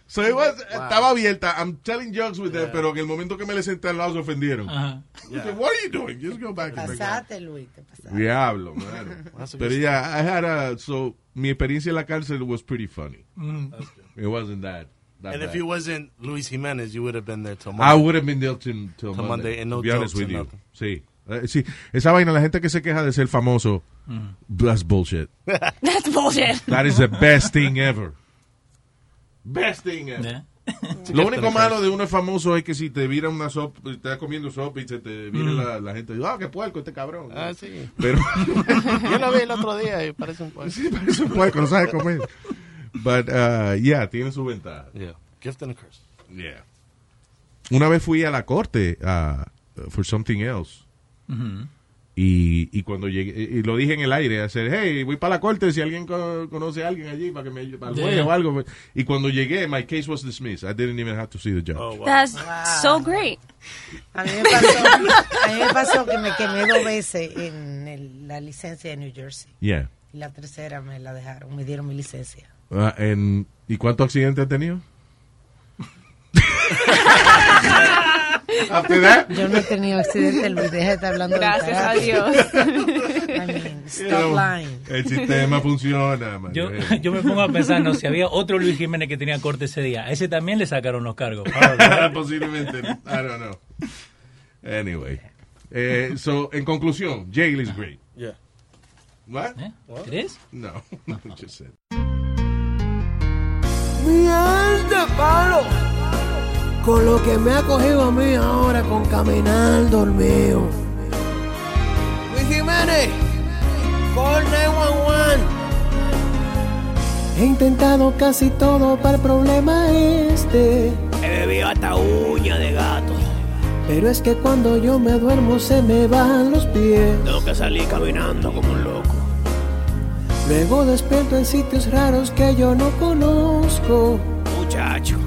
Speaker 5: So it was- estaba abierta. I'm telling jokes with them, pero en el momento que me le senté al lado se ofendieron.
Speaker 6: Ajá.
Speaker 5: Yo dije, What are you doing? Just go back in jail.
Speaker 7: Pasate, Luis, te pasaste.
Speaker 5: Diablo, mano. Pero ya, I had a, so, mi experiencia en la cárcel was pretty funny.
Speaker 11: Mm.
Speaker 5: It wasn't that. that
Speaker 11: And if
Speaker 5: bad.
Speaker 11: you wasn't Luis Jimenez, you would have been there till Monday.
Speaker 5: I would have been there till, till
Speaker 11: Till
Speaker 5: Monday.
Speaker 11: Monday and
Speaker 5: to
Speaker 11: no
Speaker 5: be honest
Speaker 11: jokes
Speaker 5: with
Speaker 11: and
Speaker 5: you.
Speaker 11: nothing.
Speaker 5: Sí. Eh, sí. Esa vaina, la gente que se queja de ser famoso,
Speaker 11: Mm.
Speaker 5: that's bullshit.
Speaker 18: That's bullshit.
Speaker 5: That is the best thing ever.
Speaker 6: Best thing ever.
Speaker 5: Lo único malo de uno es famoso es que si te vira una sopa, te estás comiendo sopa y se te vira
Speaker 11: Mm.
Speaker 5: la, la gente, ah, qué puerco este cabrón.
Speaker 11: Ah, sí.
Speaker 5: Pero
Speaker 11: Yo lo vi el otro día y parece un puerco.
Speaker 5: Sí, parece un puerco, no sabe comer. But, uh, yeah, tiene su ventaja.
Speaker 11: Gift and a curse.
Speaker 5: Yeah. Una vez fui a la corte ah, for something else. Mm-hmm.
Speaker 9: Ujú.
Speaker 5: Y, y cuando llegué, y y lo dije en el aire, hacer, hey, voy para la corte si alguien co- conoce a alguien allí para que me ayude para el juez
Speaker 9: Yeah.
Speaker 5: o algo. Y cuando llegué, my case was dismissed. I didn't even have to see the judge.
Speaker 9: Oh,
Speaker 10: That's so great.
Speaker 7: A mí me pasó, a mí me pasó que me quemé dos veces en el- la licencia de New Jersey.
Speaker 5: Yeah.
Speaker 7: Y la tercera me la dejaron, me dieron mi licencia.
Speaker 5: Ah, en- ¿Y cuántos accidentes ha tenido? After that?
Speaker 7: Yo no he tenido accidente, Luis, deja de estar hablando
Speaker 10: Gracias a
Speaker 7: Dios. I mean, stop lying.
Speaker 5: El sistema funciona, man.
Speaker 9: Yo, yo me pongo a pensar, no, si había otro Luis Jiménez que tenía corte ese día, a ese también le sacaron los cargos.
Speaker 5: Ah, Posiblemente, ah, I don't know. Anyway. Eh, so, en conclusión, jail is great.
Speaker 11: Yeah.
Speaker 5: What?
Speaker 9: It is?
Speaker 5: No. Just said.
Speaker 16: Miel de palo. Con lo que me ha cogido a mí ahora con caminar dormido. Luis Jiménez. Call 911. He intentado casi todo para el problema este.
Speaker 15: He bebido hasta uña de gato.
Speaker 16: Pero es que cuando yo me duermo se me van los pies.
Speaker 15: Tengo que salir caminando como un loco.
Speaker 16: Luego despierto en sitios raros que yo no conozco.
Speaker 15: Muchacho.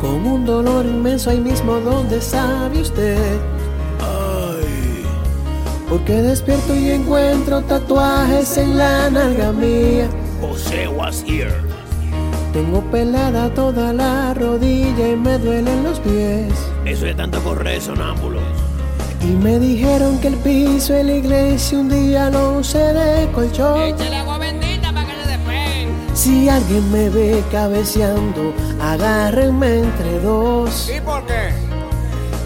Speaker 16: Con un dolor inmenso ahí mismo donde sabe usted.
Speaker 15: Ay.
Speaker 16: Porque despierto y encuentro tatuajes en la nalga mía.
Speaker 15: José was here.
Speaker 16: Tengo pelada toda la rodilla y me duelen los pies.
Speaker 15: Eso es tanto correr sonámbulo.
Speaker 16: Y me dijeron que el piso en la iglesia un día no se de colchón.
Speaker 15: agua bendita para que le despeguen.
Speaker 16: Si alguien me ve cabeceando, agárrenme entre dos. ¿Y por qué?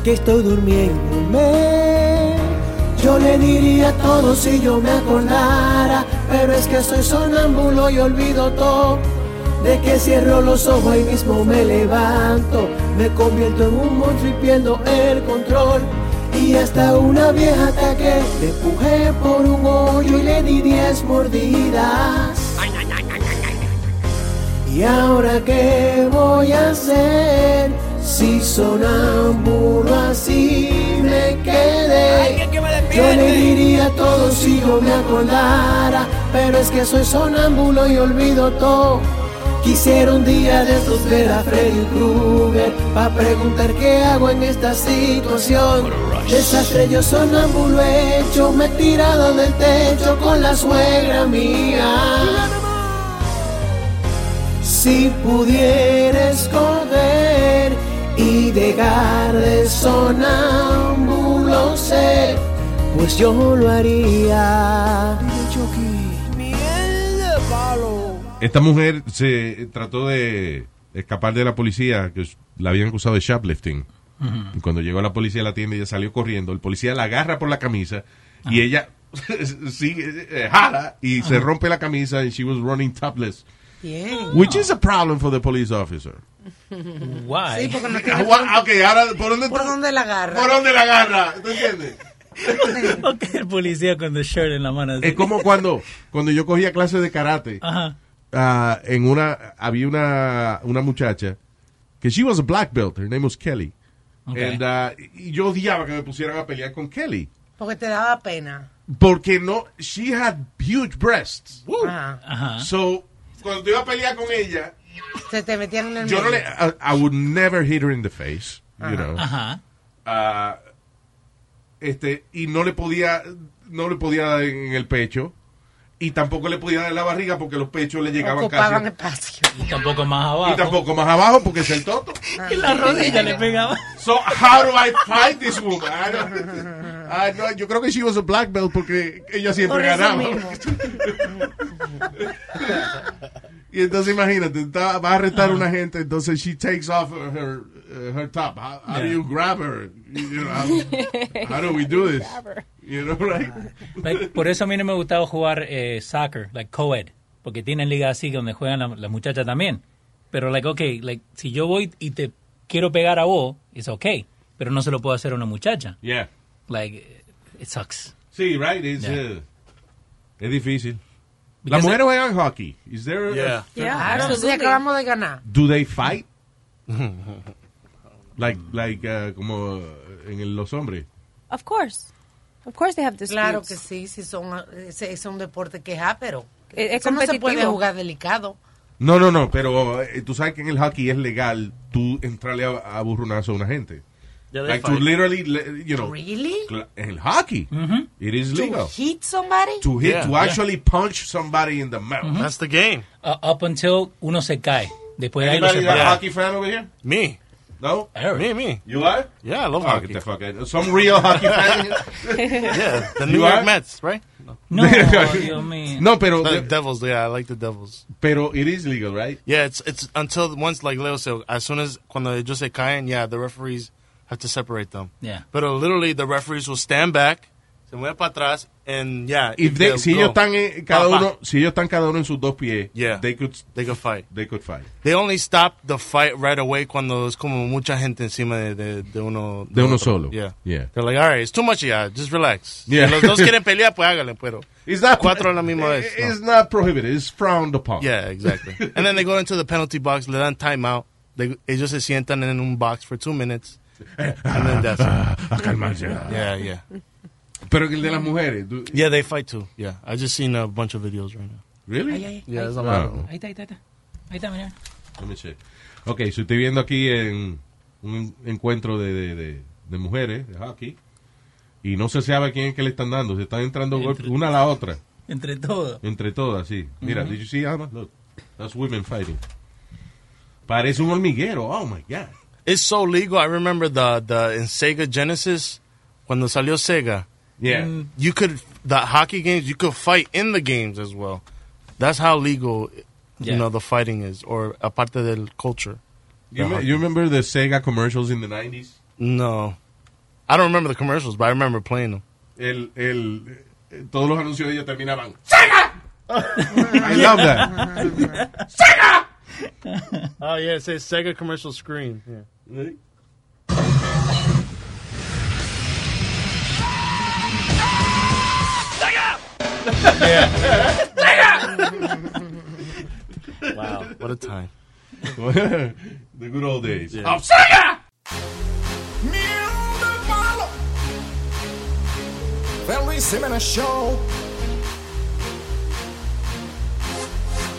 Speaker 16: Que estoy durmiéndome. Yo le diría todo si yo me acordara, pero es que soy sonámbulo y olvido todo. De que cierro los ojos y mismo me levanto, me convierto en un monstruo y pierdo el control. Y hasta una vieja ataque, le empujé por un hoyo y le di diez mordidas. ¿Y ahora qué voy a hacer? Si sonámbulo así me quedé. Yo le diría todo si yo me acordara, pero es que soy sonámbulo y olvido todo. Quisiera un día de estos ver a Freddy Krueger Pa' preguntar qué hago en esta situación Desastre yo sonámbulo hecho Me he tirado del techo con la suegra mía si pudiera escoger y dejar de sonámbulo ser, pues yo lo haría.
Speaker 5: Esta mujer se trató de escapar de la policía, que la habían acusado de shoplifting.
Speaker 6: Ujú.
Speaker 5: Y Cuando llegó la policía a la tienda, ella salió corriendo. El policía la agarra por la camisa
Speaker 9: Ah.
Speaker 5: y ella sigue, eh, jala y se
Speaker 6: Ajá.
Speaker 5: rompe la camisa. And she was running topless,
Speaker 7: Bien.
Speaker 5: which is a problem for the police officer.
Speaker 9: Why?
Speaker 7: Sí, porque no
Speaker 6: Ah,
Speaker 7: tiene
Speaker 6: gua- ok, ahora, ¿por dónde,
Speaker 7: ¿Por dónde la agarra?
Speaker 6: ¿por dónde la agarra? ¿Tú entiendes?
Speaker 9: Ok, el policía con the shirt en la mano. así.
Speaker 5: Es como cuando, cuando yo cogía clases de karate.
Speaker 9: Ajá.
Speaker 5: ah, en una, había una, una muchacha que she was a black belt. Her name was Kelly.
Speaker 6: Ok.
Speaker 5: And, ah, y yo odiaba que me pusieran a pelear con Kelly.
Speaker 7: Porque te daba pena.
Speaker 5: Porque no, she had huge breasts.
Speaker 7: Ajá.
Speaker 5: So, cuando te iba a pelear con ella,
Speaker 7: Se te metían en el
Speaker 5: yo no
Speaker 7: medio.
Speaker 5: le, I, I would never hit her in the face, you know.
Speaker 9: Ajá.
Speaker 5: Ah, este, y no le podía, no le podía dar en el pecho. Y tampoco le podía dar en la barriga porque los pechos le llegaban
Speaker 7: Ocupaban
Speaker 5: casi.
Speaker 7: espacio.
Speaker 9: Y tampoco más abajo.
Speaker 5: Y tampoco más abajo porque es el toto.
Speaker 9: Y
Speaker 7: Ah,
Speaker 9: la rodilla le pegaba.
Speaker 5: So, how do I fight this woman? I don't- I don't- yo creo que she was a black belt porque ella siempre
Speaker 6: Por eso
Speaker 5: ganaba.
Speaker 6: mismo.
Speaker 5: Y entonces imagínate, está- va a arrestar una gente, entonces she takes off her, uh, her top. How, how do
Speaker 6: Yeah.
Speaker 5: you grab her? You know, how, how do we do this? You know, right?
Speaker 9: Like, por eso a mí no me gustaba jugar eh, soccer, like co-ed, porque tienen ligas así donde juegan la- las muchachas también. Pero, like, ok, like, si yo voy y te quiero pegar a vos, es ok, pero no se lo puedo hacer a una muchacha.
Speaker 5: Yeah.
Speaker 9: Like, it sucks.
Speaker 5: Sí, right? It's,
Speaker 9: Yeah.
Speaker 5: uh, es difícil.
Speaker 9: Because
Speaker 5: Las mujeres juegan hockey. Is there a-
Speaker 6: Yeah.
Speaker 7: Claro, sí, acabamos de ganar.
Speaker 5: Do they fight? like, like uh, como uh, en el- los hombres.
Speaker 10: Of course. Of course they have disputes.
Speaker 7: Claro que sí, si son, es, es un deporte que es ápero.
Speaker 10: Eh, Es- es
Speaker 7: Eso no se puede
Speaker 10: competitivo.
Speaker 7: jugar delicado.
Speaker 5: No, no, no, pero eh, tú sabes que en el hockey es legal tú entrarle a, a burronazo a una gente.
Speaker 7: Yeah, they
Speaker 5: like to
Speaker 7: fight.
Speaker 5: literally, le- you know.
Speaker 7: Really?
Speaker 5: cla- En el hockey. It is legal.
Speaker 7: To hit somebody?
Speaker 5: To hit,
Speaker 9: Yeah,
Speaker 5: to
Speaker 9: yeah.
Speaker 5: actually punch somebody in the mouth.
Speaker 9: That's the game. Mm-hmm. Uh, up until uno se cae. Después de Pues ahí lo
Speaker 5: Anybody a
Speaker 9: separan.
Speaker 5: hockey fan over here?
Speaker 11: Me.
Speaker 5: No?
Speaker 11: Me, me.
Speaker 5: You are?
Speaker 11: Yeah, I love
Speaker 5: Oh,
Speaker 11: hockey.
Speaker 5: get the fuck out. Some real hockey fan
Speaker 11: yeah, the
Speaker 5: You
Speaker 11: New York
Speaker 5: are?
Speaker 11: Mets, right?
Speaker 5: No, Dios mío. No, pero-
Speaker 11: the Devils. Yeah, I like the Devils.
Speaker 5: Pero it is legal, right?
Speaker 11: Yeah, it's it's until once like Leo said, as soon as cuando ellos se caen, yeah, the referees have to separate them.
Speaker 9: Yeah.
Speaker 11: But uh, literally, the referees will stand back, se mueven para atrás, and yeah,
Speaker 5: If they-
Speaker 11: they'll
Speaker 5: si
Speaker 11: go.
Speaker 5: ellos están eh, cada
Speaker 11: Pa, pa.
Speaker 5: uno, si ellos están cada uno en sus dos pies,
Speaker 11: Yeah.
Speaker 5: they could
Speaker 11: they could fight.
Speaker 5: They could fight.
Speaker 11: They only stop the fight right away cuando es como mucha gente encima de, de, de uno
Speaker 5: de uno
Speaker 11: otro.
Speaker 5: solo.
Speaker 11: Yeah.
Speaker 5: Yeah.
Speaker 11: They're like, all right, it's too much, yeah, just relax.
Speaker 5: Yeah.
Speaker 11: Si los dos quieren pelear, pues háganle, pero
Speaker 5: It's not
Speaker 11: cuatro a la misma vez. no.
Speaker 5: It's not prohibited. It's frowned upon.
Speaker 11: Yeah, exactly. and then they go into the penalty box, le dan timeout. They, ellos se sientan en un box for two minutes. And then that's it.
Speaker 5: Eh, A calmarse.
Speaker 11: Yeah, yeah.
Speaker 5: Pero el de las mujeres. du-
Speaker 11: Yeah, they fight too. Yeah. I just seen a bunch of videos right now.
Speaker 5: Really?
Speaker 9: Ay, ay,
Speaker 11: Yeah,
Speaker 9: ay.
Speaker 11: there's a lot of them.
Speaker 9: Ahí está, ahí está, ahí está. Ahí está, mira.
Speaker 5: Let me check. Ok, so estoy viendo aquí en un encuentro de, de, de- de mujeres de hockey. Y no se sabe a quién es que le están dando. Se están entrando golpes una a la otra.
Speaker 9: Entre todo.
Speaker 5: Entre todas, sí. Mira,
Speaker 11: Mm-hmm.
Speaker 9: Ujú.
Speaker 5: did you see Alma? Look, that's women fighting. Parece un hormiguero. Oh my God.
Speaker 11: It's so legal. I remember the the in Sega Genesis, cuando salió Sega,
Speaker 17: Yeah.
Speaker 11: Mm-hmm. you could the hockey games you could fight in the games as well. That's how legal,
Speaker 5: Yeah.
Speaker 11: you know, the fighting is, or aparte del culture.
Speaker 5: You,
Speaker 11: The
Speaker 5: me- you remember the Sega commercials in the 90s?
Speaker 11: No. I don't remember the commercials, but I remember playing them.
Speaker 5: El, el, eh, todos los anuncios de ellos terminaban ¡Sega! I love that.
Speaker 11: Sega! oh, yeah, it says Sega commercial screen. Yeah. Wow, what a time.
Speaker 5: the good old days. Oh,
Speaker 11: Yeah.
Speaker 5: Of Sega!
Speaker 8: Miel de palo. The Luis Jiménez Show.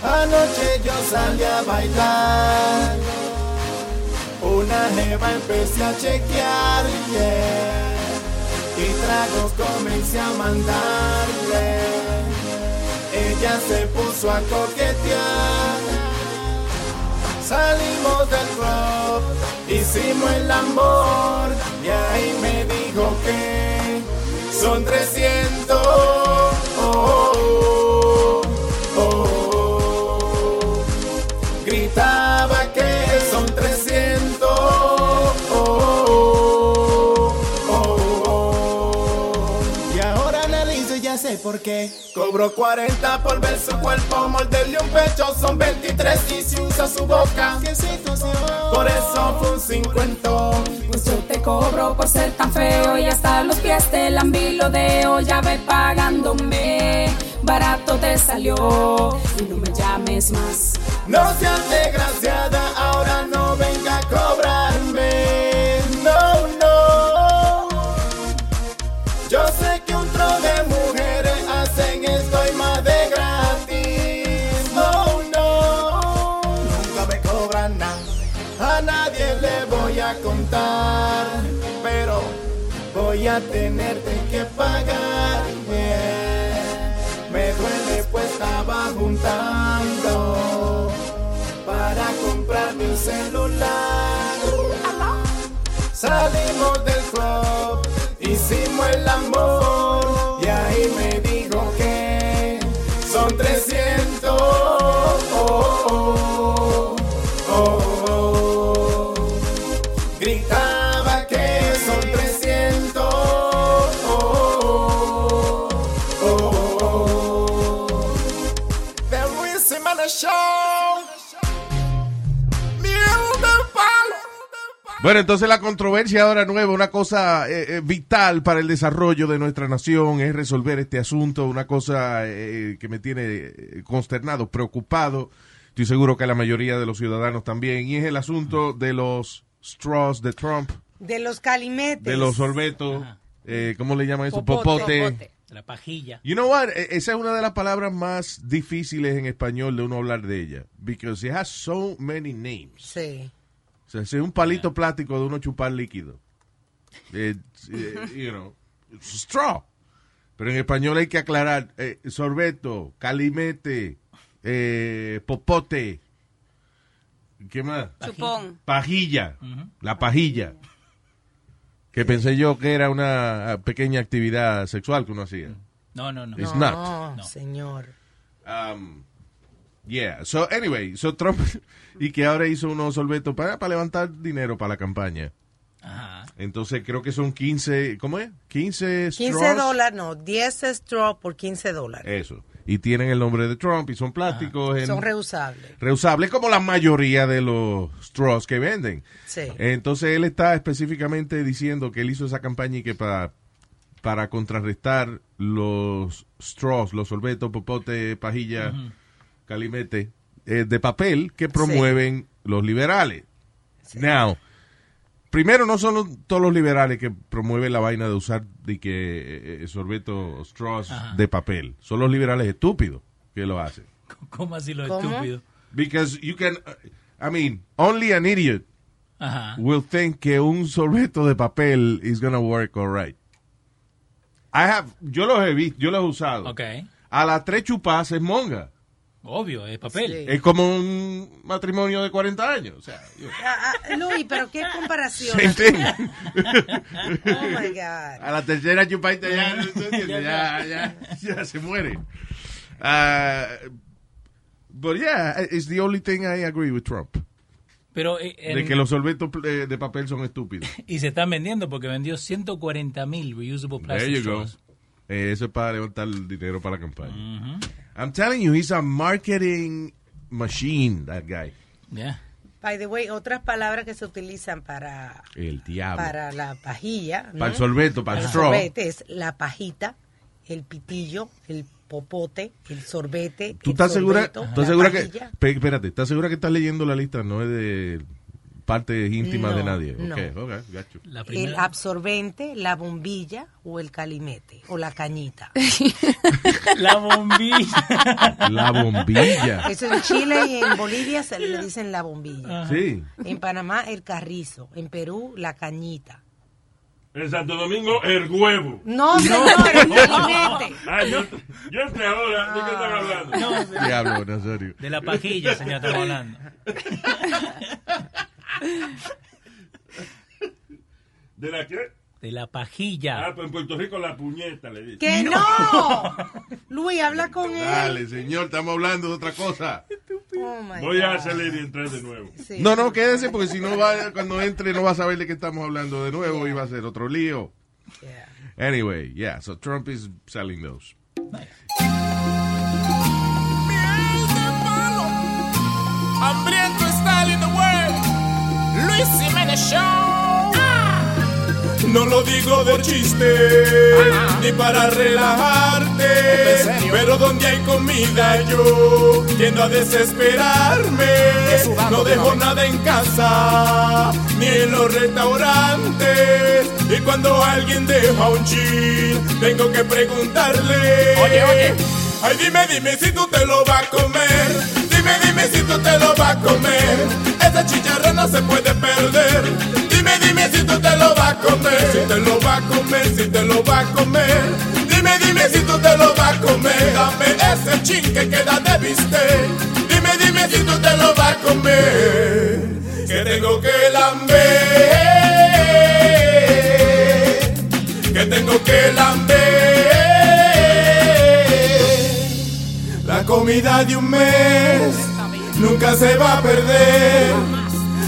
Speaker 8: Anoche yo salí a bailar. Una jeva empecé a chequear, yeah. Y tragos comencé a mandarle. Ella se puso a coquetear. Salimos del club, hicimos el amor y ahí me dijo que son 300. Oh, oh, oh, oh. Gritaba que son 300. Oh, oh, oh, oh. Y ahora analizo y ya sé por qué. Cobro 40 por ver su cuerpo, morderle un pecho son 23 y si usa su boca. Por eso fue un cincuentón.
Speaker 13: Pues yo te cobro por ser tan feo y hasta los pies del ambilodeo ya ve pagándome. Barato te salió y no me llames más.
Speaker 8: No seas desgraciada, ahora no venga a cobrarme. No, no. Yo sé que un tro de mujeres hacen esto y más de gratis. No, no. Nunca me cobran nada. A nadie le voy a contar. Pero voy a tenerte que pagar. yeah. Me duele pues estaba juntando para comprarme un celular. Salimos del club, hicimos el amor y ahí me dijo que son 300. Oh, oh, oh, oh, oh. Gritaba que son 300. Oh, oh, oh, oh, oh. The Luis Jiménez Show. Miel de palo.
Speaker 5: Bueno, entonces la controversia ahora nueva, una cosa eh, eh, vital para el desarrollo de nuestra nación es resolver este asunto, una cosa eh, que me tiene eh, consternado, preocupado, estoy seguro que la mayoría de los ciudadanos también, y es el asunto de los straws de Trump,
Speaker 7: De los calimetes.
Speaker 5: de los sorbetos, eh, ¿cómo le llaman eso? Popote.
Speaker 9: La pajilla.
Speaker 5: You know what? E- Esa es una de las palabras más difíciles en español de uno hablar de ella, because it has so many names.
Speaker 7: Sí.
Speaker 5: O sea, si es un palito plástico de uno chupar líquido. Eh, eh, you know, it's a straw. Pero en español hay que aclarar eh, sorbeto, calimete, eh, popote. ¿Qué más?
Speaker 10: Chupón.
Speaker 5: Pajilla.
Speaker 10: Ujú.
Speaker 5: La pajilla. Que pensé yo que era una ah, pequeña actividad sexual que uno hacía.
Speaker 9: No, no, no.
Speaker 5: It's
Speaker 7: no,
Speaker 5: not. Um,
Speaker 7: señor.
Speaker 5: Yeah. So, anyway, so Trump. y que ahora hizo unos sorbetos para, para levantar dinero para la campaña. Entonces creo que son 15, ¿cómo es? 15 straws.
Speaker 7: 15 dólares, no, 10 straw por 15 dólares.
Speaker 5: Eso. Y tienen el nombre de Trump y son plásticos. en-
Speaker 7: Son reusables.
Speaker 5: reusables como la mayoría de los straws que venden.
Speaker 7: Sí.
Speaker 5: Entonces él está específicamente diciendo que él hizo esa campaña y que para, para contrarrestar los straws, los sorbetos, popote, pajilla,
Speaker 17: Ujú.
Speaker 5: calimete, eh, de papel que promueven los liberales. Now, primero no son todos los liberales que promueven la vaina de usar de que eh, eh, sorbeto o straws
Speaker 9: Ajá.
Speaker 5: de papel. Son los liberales estúpidos que lo hacen.
Speaker 9: ¿Cómo así lo
Speaker 5: ¿Cómo?
Speaker 9: estúpido?
Speaker 5: Because you can, uh, I mean, only an idiot
Speaker 9: Ajá.
Speaker 5: will think que un sorbeto de papel is gonna work all right. I have, yo los he visto, yo los he usado.
Speaker 9: Ok.
Speaker 5: A las tres chupas es monga.
Speaker 9: Obvio, es papel.
Speaker 5: Es como un matrimonio de 40 años. O sea,
Speaker 7: Ah, ah, Luis, pero qué comparación.
Speaker 5: Same thing.
Speaker 7: oh my God.
Speaker 6: A la tercera chupaita ya, ¿no entiendes? ya, ya, ya se muere. Uh, but yeah, it's the only thing I agree with Trump.
Speaker 9: Pero, eh, en-
Speaker 6: De que los sorbetos eh, de papel son estúpidos.
Speaker 9: Y se están vendiendo porque vendió 140 mil reusable
Speaker 6: There
Speaker 9: plastic
Speaker 6: you go.
Speaker 9: straws.
Speaker 5: Eh, eso es para levantar el dinero para la campaña. I'm telling you, he's a marketing machine, that guy.
Speaker 7: By the way, otras palabras que se utilizan para,
Speaker 5: El diablo.
Speaker 7: para la pajilla. ¿no?
Speaker 5: Para el sorbeto, para el straw.
Speaker 7: sorbete es la pajita, el pitillo, el popote, el sorbete.
Speaker 5: ¿Tú
Speaker 7: el
Speaker 5: estás segura,
Speaker 7: sorbeto,
Speaker 5: ¿tú estás
Speaker 7: la
Speaker 5: segura que...
Speaker 7: pajilla.
Speaker 5: pe- Espérate, ¿estás segura que estás leyendo la lista? No es de partes íntimas de
Speaker 7: No,
Speaker 5: nadie.
Speaker 7: no.
Speaker 5: Ok, ok, got you.
Speaker 7: El absorbente, la bombilla o el calimete o la cañita.
Speaker 9: la bombilla.
Speaker 5: La bombilla.
Speaker 7: Eso en Chile y en Bolivia se le dicen la bombilla.
Speaker 5: Sí.
Speaker 7: En Panamá el carrizo, en Perú la cañita.
Speaker 1: En Santo Domingo, el huevo.
Speaker 7: No, señor, el calimete.
Speaker 1: Ah, yo, yo entré ahora. ¿De qué están hablando?
Speaker 5: Diablo, Nazario.
Speaker 9: Ah, De la pajilla, señor, estamos hablando.
Speaker 1: ¿De la qué?
Speaker 9: De la pajilla.
Speaker 1: Ah, pues en Puerto Rico la puñeta le dicen.
Speaker 7: ¡Que no! Luis, habla con él.
Speaker 6: Dale, señor, estamos hablando de otra cosa.
Speaker 7: Oh, my
Speaker 1: Voy a
Speaker 7: God.
Speaker 1: salir y entrar de nuevo.
Speaker 5: No, no, quédese porque si no va, cuando entre no va a saber de qué estamos hablando de nuevo y va a ser otro lío. Anyway, yeah, so Trump is selling those.
Speaker 15: Hambriento style in the world. Luis Jiménez Show.
Speaker 17: No lo digo de chiste, ni para relajarte. Pero donde hay comida yo tiendo a desesperarme. No dejo nada en casa, ni en los restaurantes. Y cuando alguien deja un chill, tengo que preguntarle. Oye, oye. Ay, dime, dime si tú te lo vas a comer. Dime, dime si tú te lo vas a comer. Esa chicharra no se puede perder. Dime, dime si tú te lo vas a comer. Si te lo vas a comer, si te lo vas a comer. Dime, dime si tú te lo vas a comer. Dame ese chin que queda de bistec. Dime, dime si tú te lo vas a comer. Que tengo que lamber. Que tengo que lamber. La comida de un mes nunca se va a perder.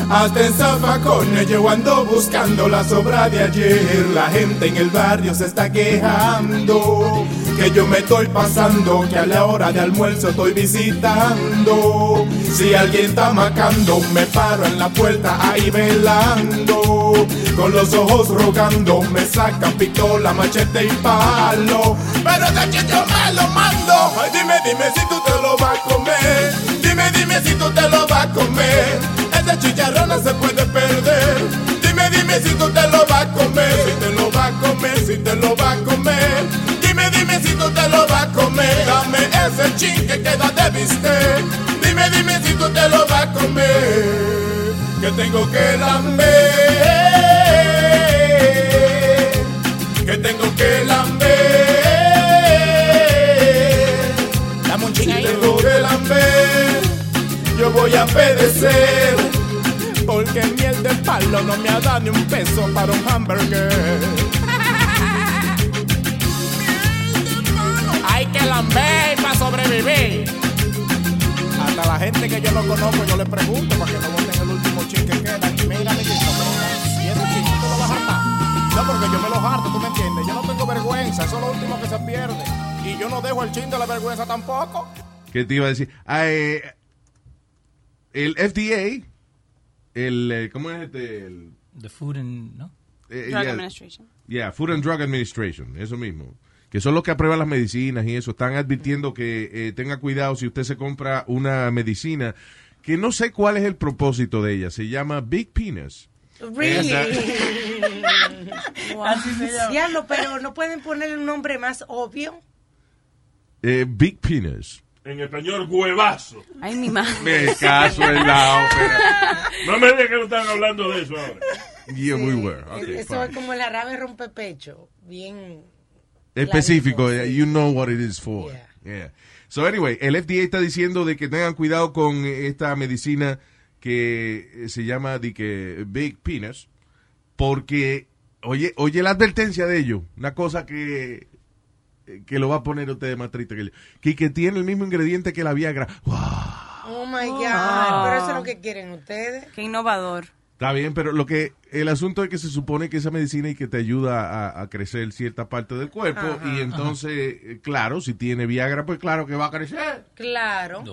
Speaker 17: Hasta en zafacones yo ando buscando la sobra de ayer. La gente en el barrio se está quejando. Que yo me estoy pasando, que a la hora de almuerzo estoy visitando. Si alguien está macando, me paro en la puerta ahí velando. Con los ojos rogando, me sacan pistola, machete y palo. Pero de aquí yo me lo mando. Ay, dime, dime si tú te lo vas a comer. Dime, dime si tú te lo vas a comer. Ese chicharrón no se puede perder. Dime, dime si tú te lo vas a comer. Si te lo vas a comer, si te lo vas a comer. Dime, dime si tú te lo vas a comer. Dame ese chin que queda de bistec. Dime, dime si tú te lo vas a comer. Que tengo que lamber. Que tengo que lamber. Si tengo que lamber, yo voy a pedecer. Porque miel de palo no me ha dado ni un peso para un hamburger.
Speaker 15: Hay que lamber para sobrevivir.
Speaker 17: Hasta la gente que yo no conozco, yo le pregunto para que no voten el último chin que queda. Y mira, mi chico, mira, y ese chin, ¿tú lo vas a hartar? No, porque yo me lo harto, ¿tú me entiendes? Yo no tengo vergüenza, eso es lo último que se pierde. Y yo no dejo el chin de la vergüenza tampoco.
Speaker 5: ¿Qué te iba a decir? Ah, eh, el FDA, el, eh, ¿cómo es este? El,
Speaker 9: The food and, ¿no?
Speaker 5: eh,
Speaker 10: Drug
Speaker 5: yeah,
Speaker 10: Administration.
Speaker 5: Yeah, Food and Drug Administration, eso mismo. Que son los que aprueban las medicinas y eso. Están advirtiendo que eh, tenga cuidado si usted se compra una medicina que no sé cuál es el propósito de ella. Se llama Big Penis.
Speaker 7: Really?
Speaker 10: Wow.
Speaker 7: Diablo, pero no pueden ponerle un nombre más obvio.
Speaker 5: Eh, Big Penis.
Speaker 1: En español, huevazo.
Speaker 10: Ay, mi madre.
Speaker 5: Me caso en la ópera.
Speaker 1: No me digas que no están hablando de eso ahora.
Speaker 5: Yeah, we were. Okay,
Speaker 7: Eso
Speaker 5: fine.
Speaker 7: es como el árabe rompe pecho. Bien.
Speaker 5: eh, Específico, yeah, you know what it is for. Yeah. So anyway, el FDA está diciendo de que tengan cuidado con esta medicina que eh, se llama de que Big Penis, porque oye, oye la advertencia de ellos, una cosa que eh, que lo va a poner usted más triste que yo, que, que tiene el mismo ingrediente que la Viagra. ¡Wow!
Speaker 7: Oh my God.
Speaker 10: Ah.
Speaker 7: Pero eso es lo que quieren ustedes.
Speaker 10: Qué innovador.
Speaker 5: Está bien, pero lo que el asunto es que se supone que esa medicina y que te ayuda a, a crecer cierta parte del cuerpo
Speaker 7: Ajá,
Speaker 5: y entonces, eh, claro, si tiene Viagra, pues claro que va a crecer.
Speaker 7: Claro.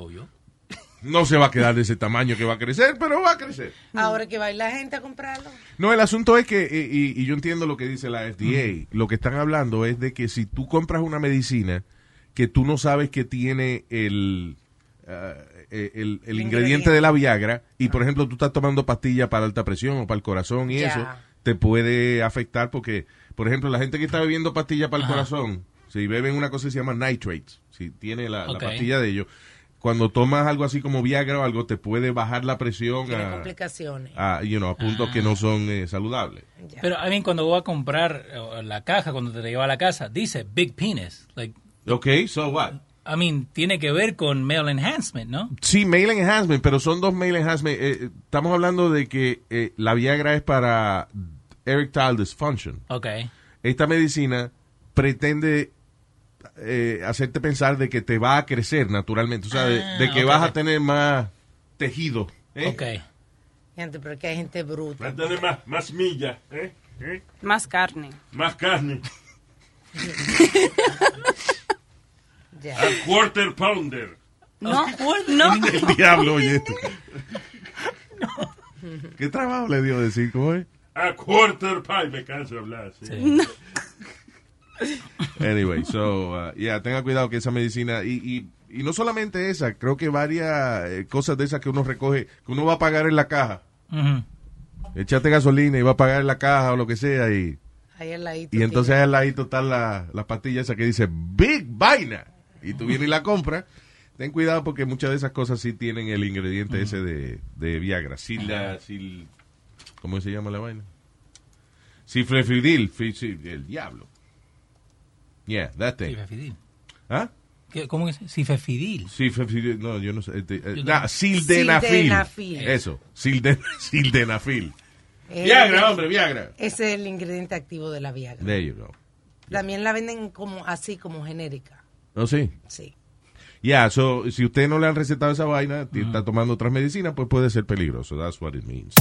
Speaker 5: No se va a quedar de ese tamaño que va a crecer, pero va a crecer.
Speaker 7: Mm. Ahora que va a ir la gente a comprarlo.
Speaker 5: No, el asunto es que, eh, y, y yo entiendo lo que dice la FDA, lo que están hablando es de que si tú compras una medicina que tú no sabes que tiene el, ah, eh, el, el ingrediente de la Viagra, y por ejemplo tú estás tomando pastillas para alta presión o para el corazón y
Speaker 17: Ya.
Speaker 5: eso, te puede afectar porque, por ejemplo, la gente que está bebiendo pastillas para el corazón, si beben una cosa que se llama nitrates, si tiene la, la
Speaker 17: Ok.
Speaker 5: pastilla de ellos, cuando tomas algo así como Viagra o algo, te puede bajar la presión
Speaker 7: Tiene
Speaker 5: a,
Speaker 7: complicaciones.
Speaker 5: a, Ah, you know, a puntos
Speaker 7: Ah.
Speaker 5: que no son eh, saludables.
Speaker 9: Pero a mí cuando voy a comprar eh, la caja, cuando te la llevo a la casa, dice big penis. Like,
Speaker 5: Ok, so what?
Speaker 9: I mean, tiene que ver con male enhancement, ¿no?
Speaker 5: Sí, mail enhancement, pero son dos mail enhancement. Eh, eh, estamos hablando de que eh, la Viagra es para erectile dysfunction.
Speaker 9: Ok.
Speaker 5: Esta medicina pretende eh, hacerte pensar de que te va a crecer naturalmente, o sea, de,
Speaker 7: Ah,
Speaker 5: de que
Speaker 7: ok.
Speaker 5: vas a tener más tejido. ¿eh?
Speaker 7: Gente, pero que hay gente bruta.
Speaker 12: Va a tener más, más millas, ¿eh? ¿Eh?
Speaker 10: Más carne.
Speaker 12: Más carne.
Speaker 7: Ya.
Speaker 12: A quarter pounder.
Speaker 10: No,
Speaker 1: Ah,
Speaker 10: no.
Speaker 5: El diablo, oye. esto. ¿Qué trabajo le dio ¿eh? decir? ¿Cómo es?
Speaker 12: A quarter pie. Me canso de hablar. ¿sí?
Speaker 5: Anyway, so, uh, yeah, tenga cuidado que esa medicina, y, y, y no solamente esa, creo que varias eh, cosas de esas que uno recoge, que uno va a pagar en la caja.
Speaker 9: Ujú.
Speaker 5: Echate gasolina y va a pagar en la caja o lo que sea, y,
Speaker 7: Ahí al ladito.
Speaker 5: y entonces ahí al ladito está la, la pastilla esa que dice Big Vaina, y tú vienes y la compras. Ten cuidado porque muchas de esas cosas sí tienen el ingrediente ese de, de Viagra. Sí, la, sí, ¿Cómo se llama la vaina? Cifrefidil, fi- sí, el diablo. Yeah, that thing.
Speaker 9: Cifrefidil.
Speaker 5: ¿Ah?
Speaker 9: ¿Qué- ¿Cómo que es? Cifefidil.
Speaker 5: Cifrefidil, no, yo no sé. este, eh,
Speaker 9: Yo
Speaker 5: nah,
Speaker 9: tampoco.
Speaker 5: sildenafil.
Speaker 7: Sildenafil.
Speaker 5: Eso, silden- sildenafil.
Speaker 7: Eh,
Speaker 5: Viagra, hombre, Viagra.
Speaker 7: Ese es el ingrediente activo de la Viagra.
Speaker 5: There you go.
Speaker 7: También la venden como así, como genérica.
Speaker 5: ¿No sí?
Speaker 7: Sí.
Speaker 5: Yeah, so, si usted no le han recetado esa vaina, y está tomando otras medicinas, pues puede ser peligroso. That's what it means.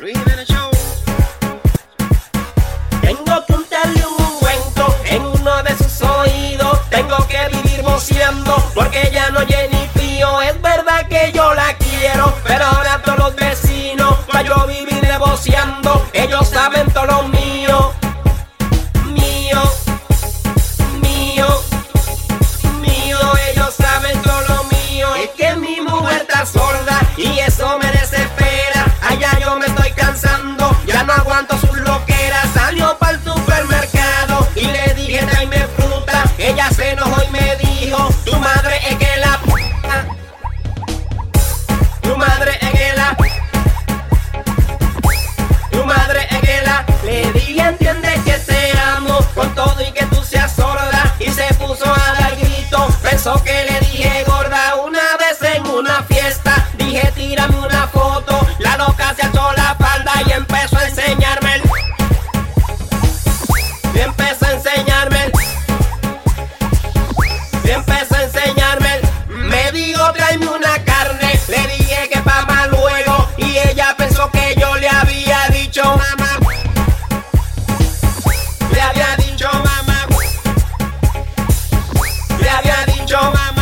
Speaker 4: Luis Jiménez Show. Tengo que untarle un cuento en uno de sus oídos. Tengo que vivir boceando porque ya no Jenny Pío. Es verdad que yo la quiero, pero ahora todos los vecinos, para yo vivir negociando, ellos saben todo lo mío. Mío, mío, mío, ellos saben todo lo mío. Es que mi mujer está sorda y eso me desespera. Allá yo me estoy cansando, ya no aguanto sus loqueras. Salió para el supermercado y le dije tráeme fruta. Ella se enojó y me dijo, tu madre es que la p- Tu madre es que la tu madre es que la le dije entiendes que te amo con todo y que tú seas sorda y se puso a dar grito pensó que le dije gorda una vez en una fiesta dije tírame una foto la loca se echó la falda y empezó a enseñarme el y empezó a enseñarme el y empezó a enseñarme. Me dijo, tráeme una carne. Le dije que pa' más luego. Y ella pensó que yo le había dicho mamá. Le había dicho mamá. Le había dicho mamá.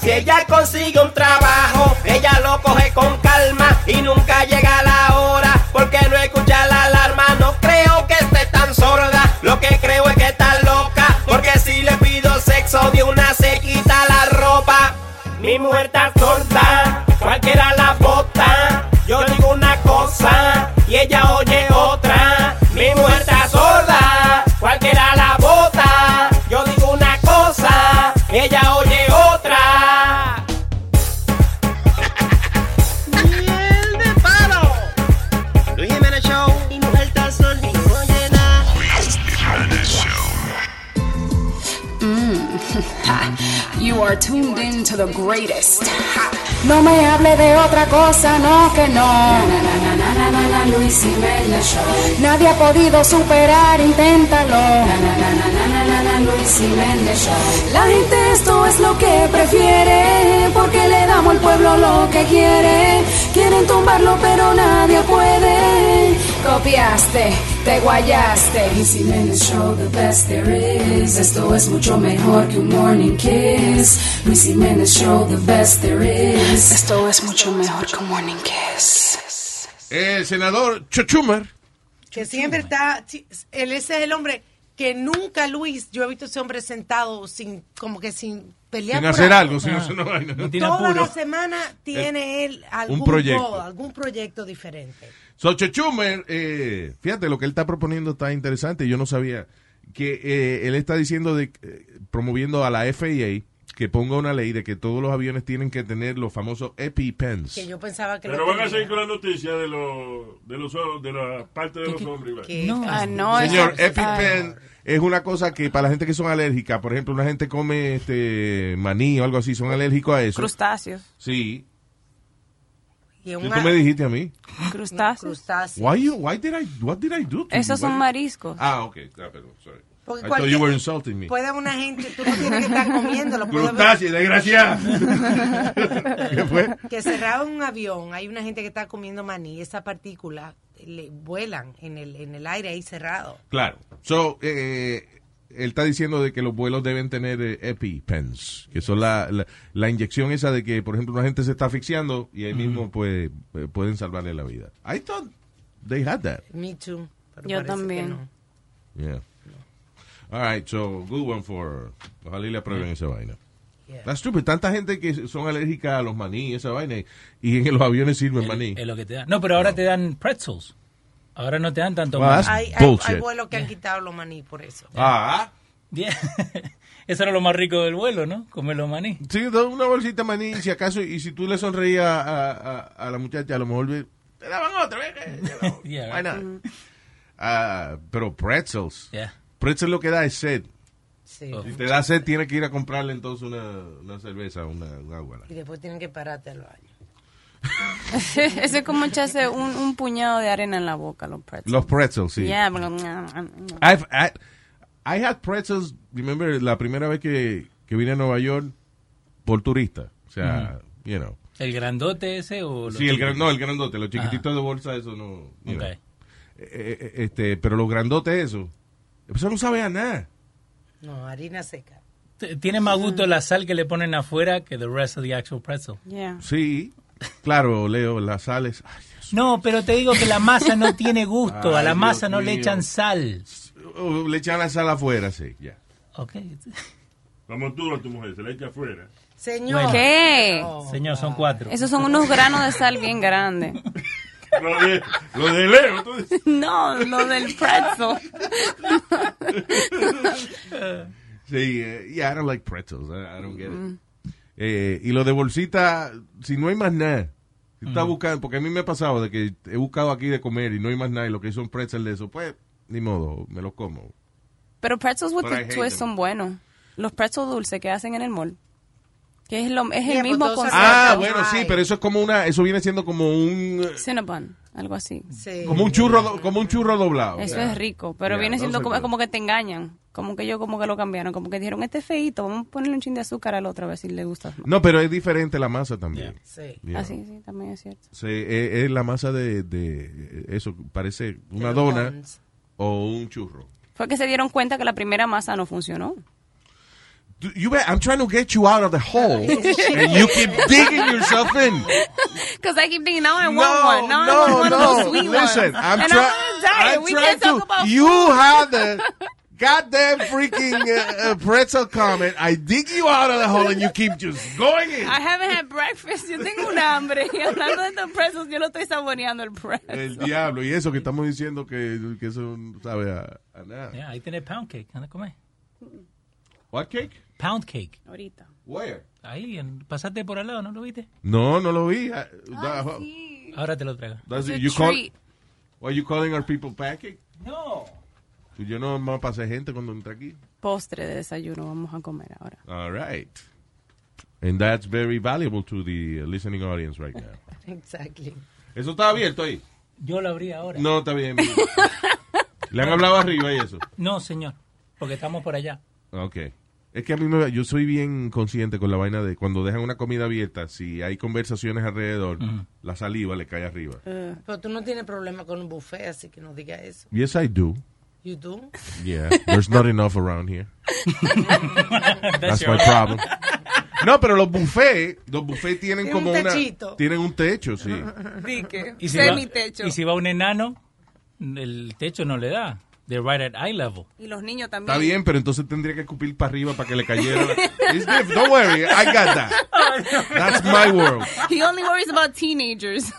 Speaker 4: Si ella consigue un trabajo, ella lo coge con calma y nunca llega la hora porque no escucha la alarma. No creo que esté tan sorda, lo que creo es que está loca porque si le pido sexo de una se quita la ropa. Mi mujer está sorda, cualquiera la bota. Yo digo una cosa y ella oye otra. Mi mujer está sorda, cualquiera la bota. Yo digo una cosa, ella oye otra. Miel de palo. Luis Jiménez Show. Mi mujer está sorda y no
Speaker 13: Mm. you are tuned in to the greatest. No me hable de otra cosa, no que no. Nadie ha podido superar, inténtalo. La gente esto es lo que prefiere, porque le damos al pueblo lo que quiere. Quieren tumbarlo, pero nadie puede. Copiaste, te guayaste. Luis Jiménez Show, the best there is. Esto es mucho mejor que un morning kiss. Luis Jiménez Show, the best there is. Esto es mucho mejor que un morning kiss.
Speaker 6: El senador Chochumer.
Speaker 7: Que siempre está, sí, él ese es el hombre que nunca, Luis, yo he visto ese hombre sentado sin, como que sin pelear.
Speaker 6: Sin
Speaker 7: por
Speaker 6: hacer algo,
Speaker 10: Ah,
Speaker 6: sin hacer una vaina.
Speaker 7: Toda la semana tiene él algún
Speaker 6: proyecto.
Speaker 7: go, algún proyecto diferente.
Speaker 5: So, Chechumer, eh, fíjate, lo que él está proponiendo está interesante. Yo no sabía que eh, él está diciendo, de, eh, promoviendo a la FAA que ponga una ley de que todos los aviones tienen que tener los famosos E EpiPens.
Speaker 7: Que yo pensaba que
Speaker 1: Pero
Speaker 7: lo
Speaker 1: van a
Speaker 7: tenía.
Speaker 1: seguir con la noticia de, los de, los, de la parte de los hombres. Iván.
Speaker 7: qué? No.
Speaker 10: Ah, no,
Speaker 5: Señor, E
Speaker 10: eso-
Speaker 5: EpiPen es una cosa que para la gente que son alérgica, por ejemplo, una gente come este maní o algo así, son alérgicos a eso.
Speaker 10: Crustáceos.
Speaker 5: Sí.
Speaker 7: Y
Speaker 5: Tú me dijiste a mí.
Speaker 10: Crustáceos.
Speaker 5: Why you, why did I, what did I do? to you?
Speaker 10: Esos son
Speaker 5: Why-
Speaker 10: mariscos.
Speaker 5: Ah, ok. Ah, perdón, sorry.
Speaker 7: Porque
Speaker 5: I thought
Speaker 7: cualquier-
Speaker 5: you were insulting me.
Speaker 7: Puede una gente, tú no tienes que estar comiéndolo. puede haber-
Speaker 5: Crustáceo, desgraciado. ¿Qué fue?
Speaker 7: Que cerrado un avión, hay una gente que está comiendo maní, esa partícula le vuelan en el, en el aire ahí cerrado.
Speaker 5: Claro. So, eh, él está diciendo de que los vuelos deben tener eh, EpiPens, que son la, la, la inyección esa de que, por ejemplo, una gente se está asfixiando y ahí mismo pues, eh, pueden salvarle la vida. I thought they had that.
Speaker 7: Me too. pero
Speaker 10: Yo
Speaker 7: parece que
Speaker 10: también.
Speaker 7: no.
Speaker 5: Yeah. All right, so good one for. Ojalá y le aprueben esa vaina.
Speaker 7: Yeah.
Speaker 5: That's stupid. Tanta gente que son alérgica a los maní, esa vaina, y- y en los aviones sirven maní.
Speaker 9: Es lo que te dan. No, pero ahora te dan pretzels. Ahora no te dan tanto
Speaker 5: Well,
Speaker 9: más.
Speaker 5: that's
Speaker 7: Hay, hay,
Speaker 5: bullshit.
Speaker 7: hay vuelos que han quitado los maní por eso.
Speaker 5: Ah.
Speaker 9: Yeah. Eso era lo más rico del vuelo, ¿no? Comer los maní.
Speaker 5: Sí, da una bolsita de maní, si acaso, y si tú le sonreías a, a- a la muchacha, a lo mejor ve- te daban otra
Speaker 17: ¿eh?
Speaker 5: vez.
Speaker 9: Yeah,
Speaker 5: Why
Speaker 9: right.
Speaker 5: not? Ah, pero pretzels.
Speaker 9: Yeah. Oh.
Speaker 5: Pretzels lo que da es sed.
Speaker 7: Sí.
Speaker 5: Si te da sed, tienes que ir a comprarle entonces una, una cerveza, una, un agua.
Speaker 7: Y después tienen que pararte al baño.
Speaker 10: Ese es como echarse un, un puñado de arena en la boca, los pretzels.
Speaker 5: Los pretzels, sí.
Speaker 10: Yeah, pero- no,
Speaker 5: I've, I, I had pretzels, remember, la primera vez que, que vine a Nueva York por turista. O sea,
Speaker 9: Mm-hmm.
Speaker 5: you know.
Speaker 9: ¿El grandote ese o los
Speaker 5: Sí, el gran,
Speaker 9: chiquitos?
Speaker 5: no, el grandote, los
Speaker 9: Ajá.
Speaker 5: chiquititos de bolsa, eso no. you know.
Speaker 9: Ok.
Speaker 5: Eh, eh, este, pero los grandotes, eso. Eso no sabe a nada.
Speaker 7: No, harina seca.
Speaker 9: T- Tiene más gusto la sal que le ponen afuera que the rest of the actual pretzel.
Speaker 5: Sí, claro, Leo, las sales. Ay,
Speaker 9: No, pero te digo que la masa no tiene gusto. a
Speaker 5: Ay,
Speaker 9: la
Speaker 5: Dios
Speaker 9: masa no le
Speaker 5: mío.
Speaker 9: echan sal.
Speaker 5: oh, le echan la sal afuera, sí, ya.
Speaker 9: Ok.
Speaker 1: Como tú a tu mujer, se la echa afuera.
Speaker 7: Señor.
Speaker 9: Bueno.
Speaker 10: ¿Qué?
Speaker 9: Señor, son cuatro.
Speaker 10: Esos son unos granos de sal bien grandes.
Speaker 1: Lo de, lo de Leo, tú dices.
Speaker 10: No, lo del pretzel.
Speaker 5: Sí, eh, yeah, I don't like pretzels. I, I don't get it.
Speaker 10: Mm.
Speaker 5: Eh, y lo de bolsita, si no hay más nada. Si está
Speaker 9: Mm.
Speaker 6: Ujú.
Speaker 5: buscando, porque a mí me ha pasado de que he buscado aquí de comer y no hay más nada y lo que son pretzels de eso, pues ni modo, me lo como.
Speaker 10: Pero pretzels with
Speaker 5: But I
Speaker 10: the
Speaker 5: hate
Speaker 10: twist
Speaker 5: them.
Speaker 10: son buenos. Los pretzels dulces que hacen en el mall. Que es, lo, es el
Speaker 7: Yeah,
Speaker 10: mismo
Speaker 7: but those
Speaker 10: concepto.
Speaker 5: Ah, bueno, sí, pero eso es como una, eso viene siendo como un, eh,
Speaker 10: Cinnabon, algo así.
Speaker 5: como un churro, do- como un churro doblado.
Speaker 10: Eso
Speaker 5: O sea,
Speaker 10: es rico, pero
Speaker 5: yeah,
Speaker 10: viene siendo
Speaker 5: those
Speaker 10: como,
Speaker 5: are
Speaker 10: como que te engañan. Como que ellos como que lo cambiaron. Como que dijeron, este es feíto, vamos a ponerle un chin de azúcar al otro a ver si le gusta.
Speaker 5: good. No, pero es diferente la masa también.
Speaker 7: Sí.
Speaker 5: Yeah.
Speaker 10: Así, sí, también es cierto.
Speaker 5: Sí, es, es la masa de, de- eso, parece una
Speaker 10: los
Speaker 5: dona
Speaker 10: buns.
Speaker 5: o un churro.
Speaker 10: Fue que se dieron cuenta que la primera masa no funcionó.
Speaker 5: Do- You bet, I'm trying to get you out of the hole and you keep digging yourself in.
Speaker 10: Because I keep thinking, now I want
Speaker 5: No,
Speaker 10: one. Now I want
Speaker 5: no,
Speaker 10: one of those
Speaker 5: no.
Speaker 10: sweet
Speaker 5: Listen,
Speaker 10: ones.
Speaker 5: I'm
Speaker 10: And
Speaker 5: trying.
Speaker 10: I'm gonna die.
Speaker 5: I'm
Speaker 10: we
Speaker 5: trying
Speaker 10: can't talk
Speaker 5: to.
Speaker 10: about
Speaker 5: You had the goddamn freaking uh, uh, pretzel comment. I dig you out of the hole, and you keep just going in.
Speaker 10: I haven't had breakfast. Yo tengo un hambre. Y hablando de estos pretzels, yo lo estoy saboreando el pretzel.
Speaker 5: El diablo y eso que estamos diciendo que, que eso no sabe a, a nada.
Speaker 9: Yeah, Eh, ahí tenés pound cake. Anda a comer.
Speaker 5: What cake?
Speaker 9: Pound cake.
Speaker 10: Ahorita.
Speaker 5: Where?
Speaker 9: Ahí, en- pasaste por al lado, ¿no lo viste?
Speaker 5: No, no lo vi. I- that-
Speaker 9: Ahora te lo traigo.
Speaker 5: that's it. You call? Are you calling our people pancake?
Speaker 9: No.
Speaker 5: Tú, Pues yo no vamos a pasar gente cuando entra aquí.
Speaker 10: Postre de desayuno vamos a comer ahora.
Speaker 5: All right. And that's very valuable to the uh, listening audience right now.
Speaker 7: Exactly.
Speaker 5: Eso está abierto ahí.
Speaker 9: Yo lo abrí ahora.
Speaker 5: No, eh, está bien. Le han hablado arriba y eso.
Speaker 9: No, señor, porque estamos por allá.
Speaker 5: Ok. Es que a mí me, yo soy bien consciente con la vaina de cuando dejan una comida abierta, si hay conversaciones alrededor, la saliva le cae arriba.
Speaker 10: Uh.
Speaker 7: Pero tú no tienes problema con un buffet, así que no digas eso.
Speaker 5: Yes, I do.
Speaker 7: You do?
Speaker 5: Yeah, there's not enough around here.
Speaker 7: That's
Speaker 5: That's
Speaker 7: your
Speaker 5: my problem. No, pero los buffets, los buffets tienen
Speaker 10: Tiene un
Speaker 5: como una,
Speaker 10: techito. Uh-huh.
Speaker 5: tienen un techo, sí.
Speaker 10: Dique,
Speaker 9: Y si, va,
Speaker 10: semitecho.
Speaker 9: y si va un enano, el techo no le da. They're right at eye level.
Speaker 10: Y los niños también.
Speaker 5: Está bien, pero entonces tendría que escupir para arriba para que le cayera. la- It's diff- Don't worry, I got that. That's my world.
Speaker 10: He only worries about teenagers.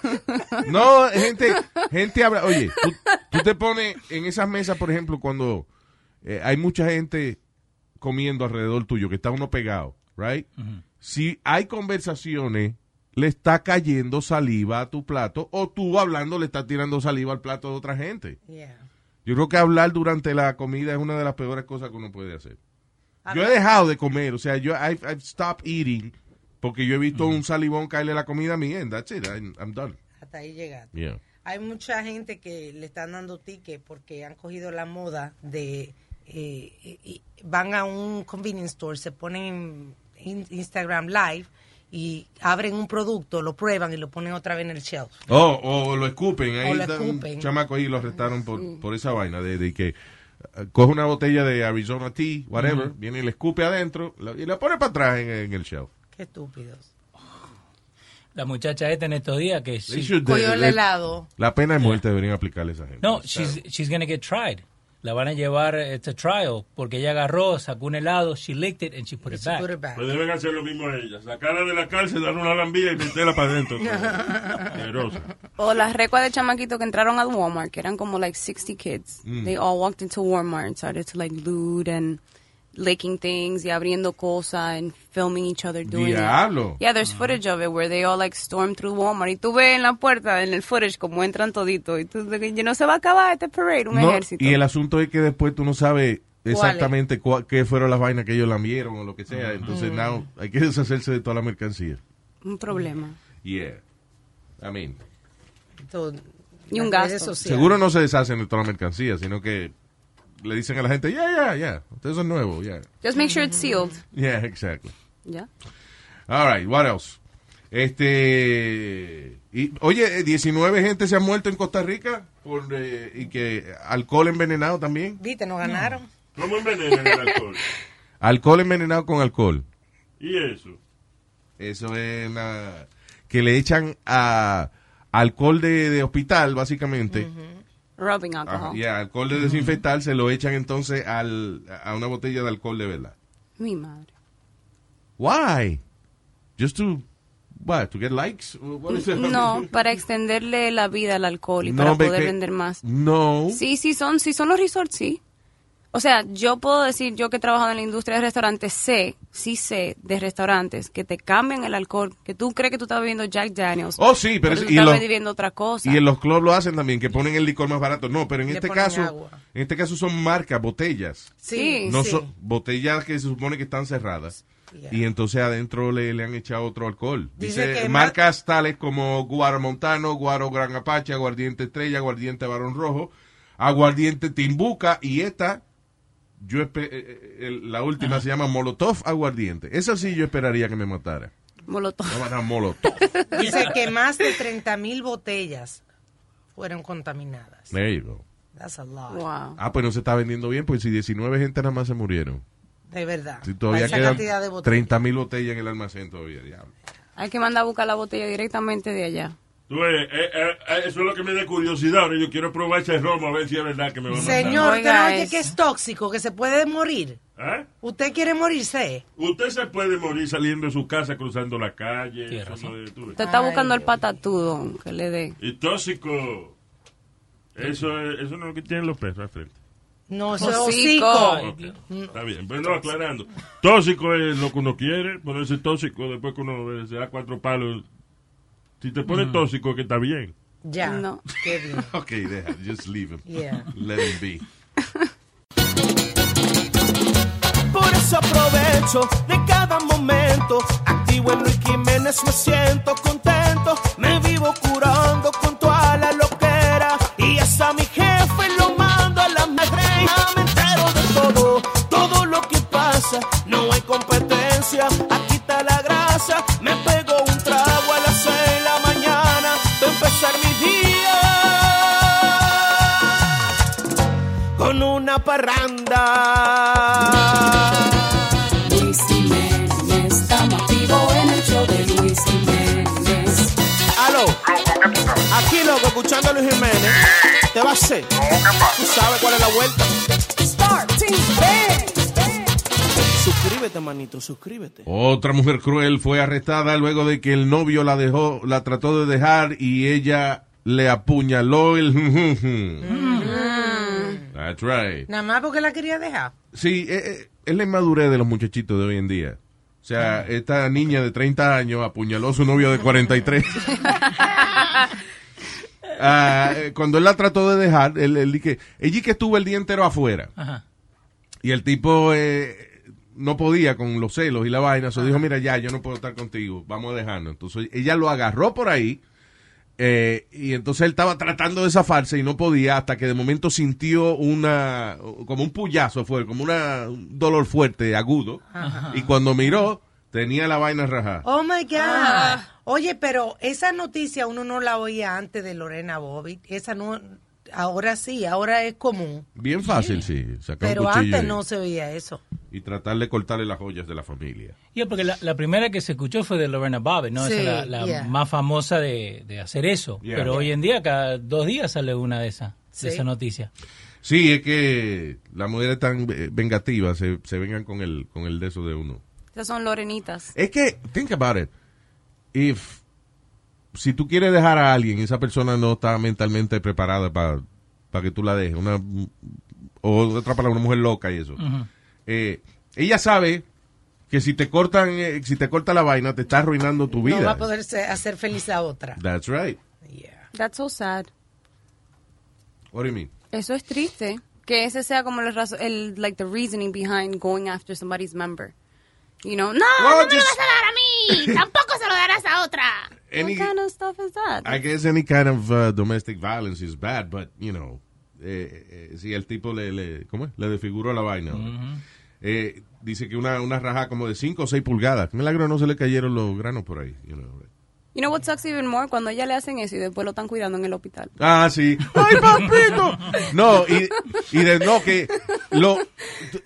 Speaker 5: No, gente, gente habla. Oye, tú, tú te pones en esas mesas, por ejemplo, cuando eh, hay mucha gente comiendo alrededor tuyo, que está uno pegado, right? Si hay conversaciones, le está cayendo saliva a tu plato, o tú hablando le estás tirando saliva al plato de otra gente. Yo creo que hablar durante la comida es una de las peores cosas que uno puede hacer. Yo he dejado de comer, o sea, yo I've, I've stopped eating porque yo he visto un salivón caerle la comida a mí, and that's it, I'm, I'm done.
Speaker 7: Hasta ahí llegaste.
Speaker 5: Yeah.
Speaker 7: Hay mucha gente que le están dando ticket porque han cogido la moda de... eh, y- y van a un convenience store, se ponen en Instagram Live y abren un producto, lo prueban y lo ponen otra vez en el shelf.
Speaker 5: Oh, o lo escupen. Ahí
Speaker 7: O lo
Speaker 5: está
Speaker 7: escupen.
Speaker 5: un chamaco ahí lo arrestaron por,
Speaker 7: Sí.
Speaker 5: por esa vaina de, de que uh, coge una botella de Arizona Tea, whatever,
Speaker 7: Ujú.
Speaker 5: viene y le escupe adentro la- y la pone para atrás en, en el shelf.
Speaker 7: Qué estúpidos.
Speaker 9: La muchacha esta en estos días que
Speaker 5: They
Speaker 9: sí.
Speaker 5: should- they- they- La pena de muerte deberían aplicarle a esa gente.
Speaker 9: No, she's, she's gonna get tried. La van a llevar este trial porque ella agarró, sacó un helado, she licked it and she put, it, back.
Speaker 1: Pues deben hacer lo mismo a ella. Sacarla de la cárcel, dar una lambilla y meterla pues. para adentro. Asquerosa.
Speaker 10: o las recuas de chamaquito que entraron al Walmart, que eran como like 60 kids.
Speaker 1: Mm.
Speaker 10: They all walked into Walmart and started to like loot and licking things y abriendo cosas and filming each other doing
Speaker 5: Diablo.
Speaker 10: it. Yeah, there's footage of it where they all like storm through Walmart. Y tú ves en la puerta, en el footage, como entran todito. Y tú, de que, no se va a acabar este parade, un
Speaker 5: No,
Speaker 10: ejército.
Speaker 5: y el asunto es que después tú no sabes exactamente cua- qué fueron las vainas que ellos lambieron o lo que sea.
Speaker 10: Ujú.
Speaker 5: Entonces,
Speaker 10: Mm.
Speaker 5: now, hay que deshacerse de toda la mercancía.
Speaker 10: Un problema.
Speaker 5: Yeah. I mean,
Speaker 7: Entonces,
Speaker 10: Y un
Speaker 7: las
Speaker 10: gasto.
Speaker 7: redes sociales.
Speaker 5: seguro no se deshacen de toda la mercancía, sino que le dicen a la gente, yeah, yeah, yeah, ustedes son nuevos, yeah.
Speaker 10: Just make sure it's sealed.
Speaker 5: Yeah, exactly.
Speaker 10: Yeah.
Speaker 5: All right, what else? Este. Y, oye, eh, 19 gente se han muerto en Costa Rica por, eh, y que alcohol envenenado también.
Speaker 7: Viste, no ganaron.
Speaker 1: ¿Cómo envenenan el alcohol?
Speaker 5: Alcohol envenenado con alcohol.
Speaker 1: ¿Y eso?
Speaker 5: Eso es una. Que le echan a alcohol de, de hospital, básicamente.
Speaker 10: Rubbing alcohol.
Speaker 5: Ajá, yeah, alcohol de desinfectar, se lo echan entonces al, a una botella de alcohol de verdad.
Speaker 10: Mi madre.
Speaker 5: Why? Just to. What? To get likes? What is it?
Speaker 10: No, para extenderle la vida al alcohol y
Speaker 5: No,
Speaker 10: para
Speaker 5: ve
Speaker 10: poder
Speaker 5: que-
Speaker 10: vender más.
Speaker 5: No.
Speaker 10: Sí, sí, son, sí son los resorts, sí. O sea, yo puedo decir, yo que he trabajado en la industria de restaurantes, sé, sí sé de restaurantes que te cambian el alcohol, que tú crees que tú estás bebiendo Jack Daniels.
Speaker 5: Oh, sí, pero es-
Speaker 10: tú
Speaker 5: y
Speaker 10: estás
Speaker 5: los-
Speaker 10: bebiendo otra cosa.
Speaker 5: Y en los clubs lo hacen también, que ponen el licor más barato. No, pero en
Speaker 10: Le
Speaker 5: este
Speaker 10: ponen
Speaker 5: caso,
Speaker 10: agua.
Speaker 5: en este caso son marcas, botellas.
Speaker 10: Sí,
Speaker 5: No
Speaker 10: sí.
Speaker 5: son botellas que se supone que están cerradas.
Speaker 10: Yeah.
Speaker 5: Y entonces adentro le, le han echado otro alcohol.
Speaker 10: Dice
Speaker 5: Dice,
Speaker 10: que mar-
Speaker 5: marcas tales como Guaro Montano, Guaro Gran Apache, Aguardiente Estrella, Aguardiente Barón Rojo, Aguardiente Timbuca y esta, yo espe- eh, eh, el- la última se llama Molotov Aguardiente. Esa sí yo esperaría que me matara.
Speaker 10: Molotov.
Speaker 5: Me van a Molotov.
Speaker 7: Dice que más de 30 mil botellas fueron contaminadas.
Speaker 5: There you go.
Speaker 7: That's a lot.
Speaker 5: Ah, pues no se está vendiendo bien, pues si 19 gente nada más se murieron.
Speaker 7: De verdad.
Speaker 5: Si todavía
Speaker 10: Esa
Speaker 5: quedan
Speaker 10: cantidad de botellas.
Speaker 5: 30 mil botellas en el almacén todavía, diablo.
Speaker 10: Hay que mandar a buscar la botella directamente de allá.
Speaker 1: Tú ves, eh, eh, eh, eso es lo que me da curiosidad. Ahora yo quiero probar ese romo a ver si es verdad que me va a matar.
Speaker 7: Señor, usted no oye que es tóxico, que se puede morir.
Speaker 1: ¿Eh?
Speaker 7: ¿Usted quiere morirse?
Speaker 1: Usted se puede morir saliendo de su casa, cruzando la calle. eso no es- tú ves.
Speaker 10: Usted está buscando el patatudo que le dé.
Speaker 1: Y tóxico. Eso, es- eso no es lo que tienen los perros al frente.
Speaker 7: No, eso es
Speaker 10: Hocico.
Speaker 7: hocico.
Speaker 1: Ok, Está bien, pero no aclarando. Tóxico es lo que uno quiere, ponerse tóxico después que uno eh, se da cuatro palos. Si te pones
Speaker 5: Mm.
Speaker 1: tóxico es que está bien.
Speaker 7: Ya. Qué bien.
Speaker 5: ok, deja, just leave him.
Speaker 7: Yeah.
Speaker 5: Let him be.
Speaker 19: mucho provecho de cada momento. Activo en Luis Jiménez, me siento contento. Me vivo curando con toda la loquera. Y hasta mi jefe lo mando a la madre. Ya me entero de todo, todo lo que pasa. No hay competencia, aquí está la grasa. Me pego un trago a las seis de la mañana. para empezar mi día con una parranda.
Speaker 13: Luis Jiménez, estamos activos en el show de Luis Jiménez.
Speaker 19: Aló, aquí loco, escuchando a Luis Jiménez. Te va a hacer. Tú sabes cuál es la vuelta. Suscríbete, manito, suscríbete.
Speaker 5: Otra mujer cruel fue arrestada luego de que el novio la dejó, la trató de dejar y ella le apuñaló el. That's right.
Speaker 7: Mm. Nada más porque la quería dejar.
Speaker 5: Sí, eh, eh, es la inmadurez de los muchachitos de hoy en día. O sea, esta niña de 30 años apuñaló a su novio de 43. Ah, eh, cuando él la trató de dejar, él, él dije, ella que estuvo el día entero afuera.
Speaker 9: Ajá.
Speaker 5: Y el tipo eh, no podía con los celos y la vaina. Se dijo, mira, ya, yo no puedo estar contigo. Vamos a dejarnos. Entonces ella lo agarró por ahí. eh, y entonces él estaba tratando de zafarse y no podía hasta que de momento sintió una como un puyazo fue como una, un dolor fuerte agudo
Speaker 7: Ajá.
Speaker 5: y cuando miró tenía la vaina rajada
Speaker 7: Oh my God.
Speaker 10: Ah.
Speaker 7: Oye, pero esa noticia uno no la oía antes de Lorena Bobbitt. Esa no. Ahora sí, ahora es común.
Speaker 5: bien fácil sí, sacar un
Speaker 7: Pero
Speaker 5: cuchillo
Speaker 7: antes
Speaker 5: y-
Speaker 7: no se oía eso.
Speaker 5: y, tratar de cortarle las joyas de la familia
Speaker 9: Yeah, porque la, la primera que se escuchó fue de Lorena Bobbitt, ¿no? Esa
Speaker 7: Sí,
Speaker 9: es la, la
Speaker 7: yeah.
Speaker 9: más famosa de, de hacer eso.
Speaker 5: Yeah.
Speaker 9: Pero
Speaker 5: Yeah.
Speaker 9: hoy en día, cada dos días sale una de esas,
Speaker 7: Sí.
Speaker 9: de esa noticia.
Speaker 5: sí es que las mujeres tan eh, vengativas se, se vengan con el con el de eso de uno
Speaker 10: Esas son lorenitas.
Speaker 5: Es que, think about it. If, si tú quieres dejar a alguien y esa persona no está mentalmente preparada para que tú la dejes, una, o otra palabra, una mujer loca y eso,
Speaker 17: Ujú.
Speaker 5: eh, ella sabe que si te cortan, eh, si te corta la vaina, te está arruinando tu
Speaker 7: No va
Speaker 5: vida.
Speaker 7: a poder se- hacer feliz a otra.
Speaker 5: That's right.
Speaker 10: That's so sad.
Speaker 5: What do you mean?
Speaker 10: Eso es triste. Que ese sea como el, razo- el like the reasoning behind going after somebody's member. You know,
Speaker 5: Well,
Speaker 10: no, no me lo
Speaker 5: just-
Speaker 10: vas a dar a mí. Tampoco se lo darás a otra.
Speaker 5: Any-
Speaker 10: What kind of stuff is that?
Speaker 5: I guess any kind of uh, domestic violence is bad, but, you know, eh, eh, si el tipo le, le, ¿cómo es? le desfiguró la vaina. Eh, dice que una, una raja como de 5 o 6 pulgadas. Qué Milagro no se le cayeron los granos por ahí. you know.
Speaker 10: You know what sucks even more? Cuando a ella le hacen eso y después lo están cuidando en el hospital.
Speaker 5: Ah, sí. ¡Ay, papito! No, y, y de, no, que lo,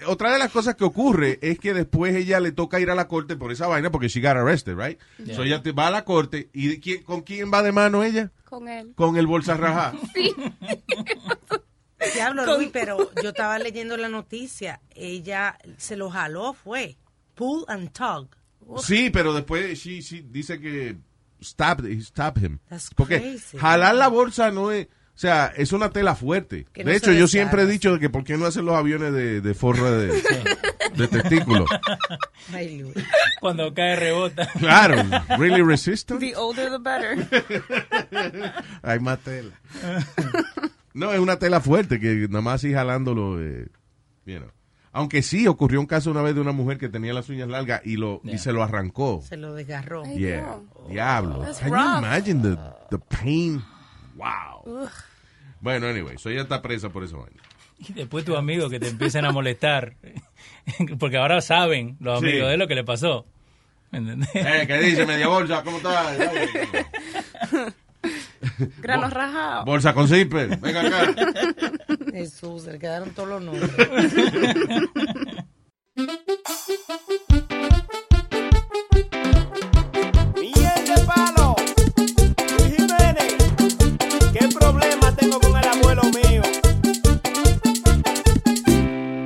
Speaker 5: otra de las cosas que ocurre es que después ella le toca ir a la corte por esa vaina porque she got arrested, right?
Speaker 10: Yeah.
Speaker 5: So ella te va a la corte y de quién- ¿con quién va de mano ella?
Speaker 10: Con él.
Speaker 5: Con el bolsa rajá.
Speaker 7: Diablo, Luis, pero yo estaba leyendo la noticia. Ella se lo jaló, fue. Pull and tug.
Speaker 5: Sí, pero después she, she dice que stab, he stabbed him.
Speaker 7: That's
Speaker 5: Porque
Speaker 7: crazy.
Speaker 5: jalar la bolsa no es, o sea, es una tela fuerte.
Speaker 7: Que
Speaker 5: de
Speaker 7: no
Speaker 5: hecho,
Speaker 7: se
Speaker 5: yo siempre he
Speaker 7: deshaga.
Speaker 5: dicho que por qué no hacen los aviones de, de forro de, de testículo.
Speaker 9: Cuando cae rebota.
Speaker 5: Claro, really resistant.
Speaker 10: The older the better.
Speaker 5: Hay más tela. No, es una tela fuerte que nada más así jalándolo. eh, you know. Aunque sí ocurrió un caso una vez de una mujer que tenía las uñas largas y lo y se lo arrancó.
Speaker 7: Se lo desgarró.
Speaker 5: Yeah. Diablo.
Speaker 7: That's
Speaker 5: Can you
Speaker 7: rough.
Speaker 5: imagine the, the pain? Wow. Bueno, anyway, so ella está presa por eso. vaina.
Speaker 9: Y después tus amigos que te empiezan a molestar, porque ahora saben los
Speaker 5: Sí.
Speaker 9: amigos de lo que le pasó. ¿Entendés?
Speaker 5: Eh, ¿qué dice, media bolsa? ¿Cómo está?
Speaker 10: Granos rajados.
Speaker 5: Bolsa con zipper. pues, Venga acá.
Speaker 7: Jesús, se le quedaron todos los nombres.
Speaker 19: Miguel de Palo, Luis Jiménez, ¿qué problema tengo con el abuelo mío?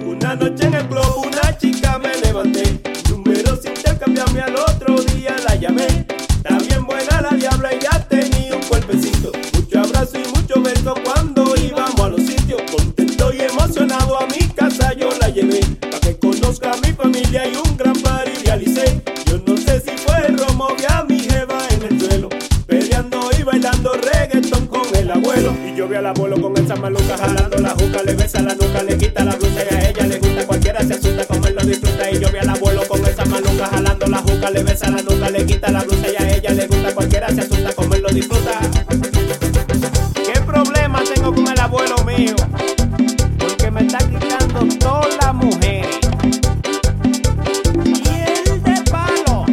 Speaker 19: Una noche en el club una chica me levanté, números intercambiarme al otro día la llamé. Está bien buena la diabla y ya tenía un cuerpecito, mucho abrazo y mucho beso cuando íbamos a los sitios. Contento y emocionado a mi casa yo la llevé, para que conozca a mi familia y un gran party realicé. Yo no sé si fue el romo que a mi jeva en el suelo, peleando y bailando reggaetón con el abuelo. Y yo vi al abuelo con esa maluca jalando la juca, le besa la nuca, le quita la blusa y a ella le gusta, cualquiera se asusta, comerlo disfruta y yo vi nalga, le besa la nuca, le quita la blusa y a ella le gusta cualquiera, se asusta como él lo disfruta. ¿Qué problema tengo con el abuelo mío? Porque me está quitando todas las mujeres. Piel de palo.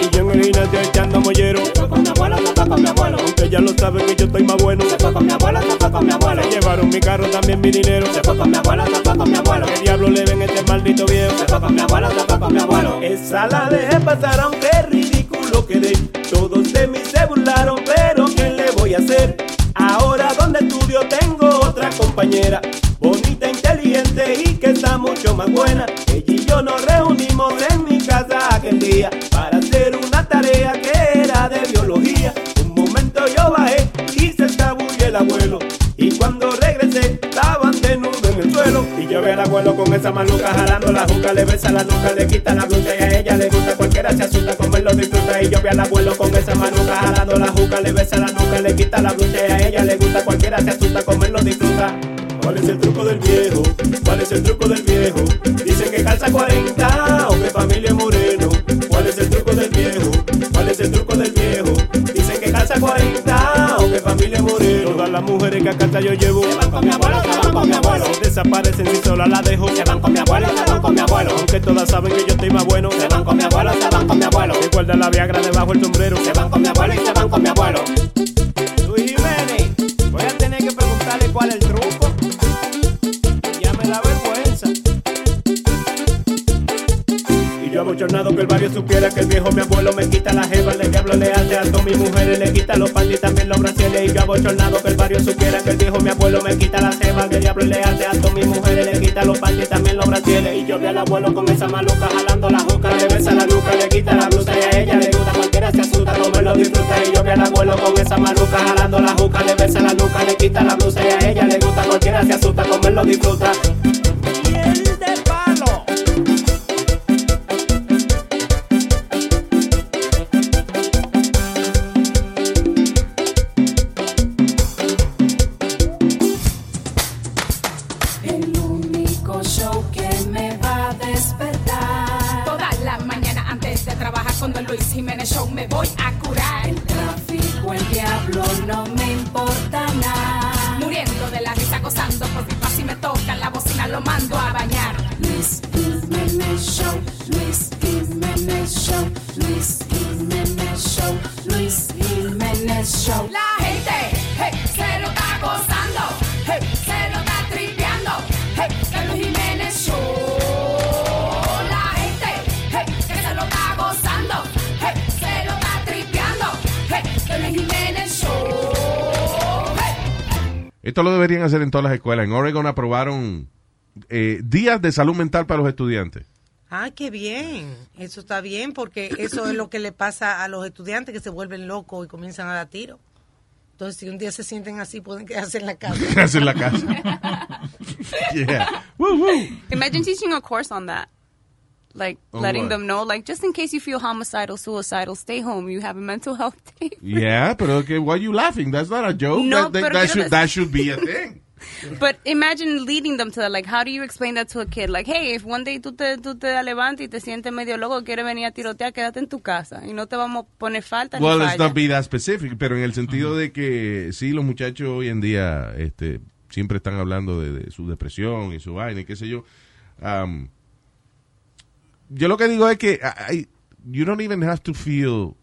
Speaker 19: Y yo en el gimnasio echando mollero. Se fue con mi abuelo, se fue con mi abuelo. Aunque ya lo saben que yo estoy más bueno. Se fue con mi abuelo, se fue con mi abuelo. llevaron mi carro, también mi dinero. Se fue con mi abuelo, se fue con mi abuelo. ¿Qué diablo le ven a este maldito viejo? Se fue con mi abuelo, se fue con mi abuelo. Esa la dejé pasar aunque ridículo quedé. Todos de mí se burlaron, pero ¿qué le voy a hacer? Ahora donde estudio tengo otra compañera. Bonita, inteligente y que está mucho más buena. Ella y yo nos reunimos en mi casa aquel día para hacer una tarea que era de biología. Un momento yo bajé y se escabulló el abuelo. Y cuando regresé estaban desnudos en el suelo. Y yo veo al abuelo con esa maluca jalando la juca, le besa la nuca, le quita la blusa y a ella le gusta cualquiera se asusta como él lo disfruta. Y yo veo al abuelo con esa maluca jalando la juca, le besa la nuca, le quita la blusa y a ella le gusta cualquiera se asusta como él lo disfruta. ¿Cuál es el truco del viejo? ¿Cuál es el truco del viejo? Dicen que calza 40 o que familia es moreno. ¿Cuál es el truco del viejo? ¿Cuál es el truco del viejo? Dicen que calza 40 o que familia es moreno. Todas las mujeres que a casa yo llevo se van con mi abuelo, se van con mi abuelo. Desaparecen si sola la dejo. Se van con mi abuelo, se van con mi abuelo. Aunque todas saben que yo estoy más bueno. Se van con mi abuelo, se van con mi abuelo. Me guarda la viagra debajo el sombrero. Se van con mi abuelo y se van con mi abuelo. Luis Jiménez, voy a tener que preguntarle cuál es el truco. Ya me da vergüenza. Y yo abochornado que el barrio supiera que el viejo mi abuelo me quita la jeva, le diablo le hace a todas mis mujeres, le quita los panties también los brasiles. Y yo abochornado que el barrio supiera que el viejo mi abuelo me quita la jeva, que el diablo le hace a todas mis mujeres, le quita los panties también los brasiles. Y yo vi al abuelo con esa maluca jalando la juca, le besa la nuca, le quita la blusa y a ella le gusta cualquiera se asusta, como él lo disfruta. Y yo vi al abuelo con esa maluca jalando la juca, le besa la nuca, le quita la blusa y a ella le gusta cualquiera se asusta, como él lo disfruta. Piel de palo.
Speaker 13: El único show que me va a despertar. Toda la mañana antes de trabajar con Don Luis Jiménez Show me voy a curar. El tráfico, el diablo, no me importa nada. Muriendo de la risa, gozando por pipa si me tocan la bocina, lo mando a bañar. Luis Jiménez Show, Luis Jiménez Show, Luis Jiménez Show, Luis Jiménez Show. La gente hey, se lo está gozando, hey, se lo está tripeando. Hey, que Luis Jiménez Show. La gente hey, que se lo está gozando, hey, se lo está tripeando. Hey, que Luis Jiménez Show. Hey.
Speaker 5: Esto lo deberían hacer en todas las escuelas. En Oregon aprobaron eh, días de salud mental para los estudiantes.
Speaker 7: Ah, qué bien. Eso está bien porque eso es lo que le pasa a los estudiantes que se vuelven locos y comienzan a dar tiro. Entonces, si un día se sienten así, pueden quedarse en la casa.
Speaker 5: Quedarse en la casa. Yeah. Woo, woo.
Speaker 10: Imagine teaching a course on that. Like
Speaker 5: Oh,
Speaker 10: letting
Speaker 5: what?
Speaker 10: them know, like just in case you feel homicidal, suicidal, stay home. You have a mental health day.
Speaker 5: Yeah, pero que, why you laughing? That's not a joke.
Speaker 10: No,
Speaker 5: that, that,
Speaker 10: pero
Speaker 5: that
Speaker 10: yo no-
Speaker 5: should, that should be a thing.
Speaker 10: But imagine leading them to that. Like, how do you explain that to a kid? Like, hey, if one day tú te, tú te levantas y te sientes medio loco, quieres venir a tirotear, quédate en tu casa y no te vamos a poner falta
Speaker 5: Well,
Speaker 10: ni
Speaker 5: let's
Speaker 10: falla.
Speaker 5: not be that specific, pero en el sentido de que sí, los muchachos hoy en día este, siempre están hablando de, de su depresión y su vaina y qué sé yo. Um, yo lo que digo es que I- you don't even have to feel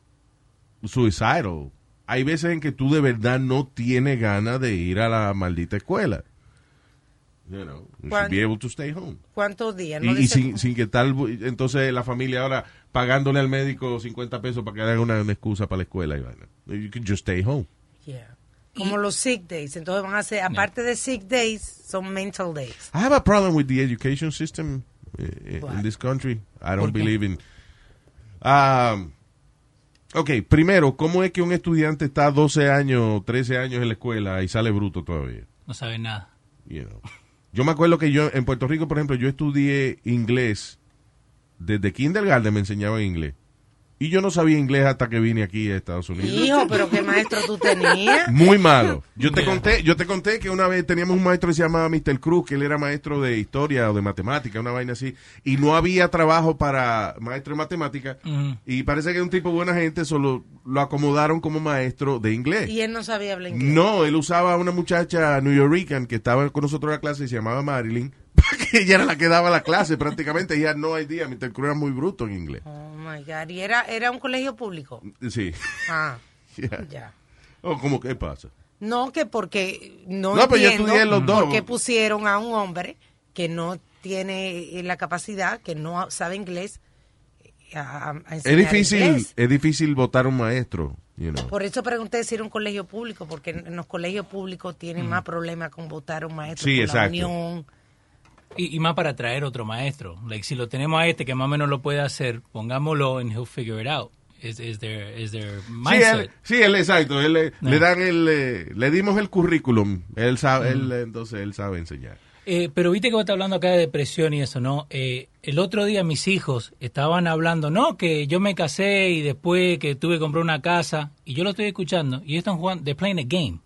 Speaker 5: suicidal. Hay veces en que tú de verdad no tienes ganas de ir a la maldita escuela. You know, you should be able to stay home.
Speaker 7: ¿Cuántos días?
Speaker 5: Y,
Speaker 7: No
Speaker 5: y
Speaker 7: dice-
Speaker 5: sin, sin que tal, entonces la familia ahora pagándole al médico 50 pesos para que haga una, una excusa para la escuela y vaina. You can just stay home.
Speaker 7: Yeah. Como los sick days. Entonces van a ser, aparte de sick days, son mental days.
Speaker 5: I have a problem with the education system eh, eh,
Speaker 7: What?
Speaker 5: in this country. I don't
Speaker 7: ¿Por qué?
Speaker 5: believe in. Um, ok, primero, ¿cómo es que un estudiante está 12 años, 13 años en la escuela y sale bruto todavía?
Speaker 9: No saben nada.
Speaker 5: You know. Yo me acuerdo que yo en Puerto Rico, por ejemplo, yo estudié inglés. Desde kindergarten me enseñaban inglés. Y yo no sabía inglés hasta que vine aquí a Estados Unidos.
Speaker 7: Hijo, pero qué maestro tú tenías.
Speaker 5: Muy malo. Yo te conté, yo te conté que una vez teníamos un maestro que se llamaba Mr. Cruz, que él era maestro de historia o de matemática, una vaina así, y no había trabajo para maestro de matemática. Y parece que un tipo buena gente solo lo acomodaron como maestro de inglés.
Speaker 7: Y él no sabía hablar inglés.
Speaker 5: No, él usaba a una muchacha New Yorkican que estaba con nosotros en la clase y se llamaba Marilyn, porque ella era la que daba la clase prácticamente. Ella no hay día, Mr. Cruz era muy bruto en inglés.
Speaker 7: Oh my God. Y era, era un colegio público.
Speaker 5: Sí.
Speaker 7: Ah,
Speaker 5: Yeah.
Speaker 7: ya.
Speaker 5: Oh, ¿cómo qué pasa?
Speaker 7: No, que porque no,
Speaker 5: No, pero yo
Speaker 7: entiendo
Speaker 5: estudié en los dos.
Speaker 7: por qué pusieron a un hombre que no tiene eh, la capacidad, que no sabe inglés, eh, a, a- a
Speaker 5: Es
Speaker 7: enseñar
Speaker 5: difícil,
Speaker 7: inglés.
Speaker 5: es difícil votar un maestro, you know.
Speaker 7: Por eso pregunté si era un colegio público, porque en en los colegios públicos tienen
Speaker 9: Mm.
Speaker 7: más problemas con votar a un maestro.
Speaker 5: Sí,
Speaker 7: por
Speaker 5: exacto.
Speaker 7: La unión.
Speaker 9: Y, y más para traer otro maestro. Like, si lo tenemos a este que más o menos lo puede hacer, pongámoslo and he'll figure it out. Is, is their, is their
Speaker 5: Sí él,
Speaker 9: mindset.
Speaker 5: sí, él, exacto. él le,
Speaker 9: No.
Speaker 5: le dan el, eh, le dimos el currículum. Él sabe,
Speaker 9: Mm.
Speaker 5: él, eh, entonces él sabe enseñar.
Speaker 9: Eh, pero viste que vos estás hablando acá de depresión y eso, ¿no? Eh, el otro día mis hijos estaban hablando, no, que yo me casé y después que tuve que comprar una casa, y yo lo estoy escuchando, y ellos están jugando, they're playing a game.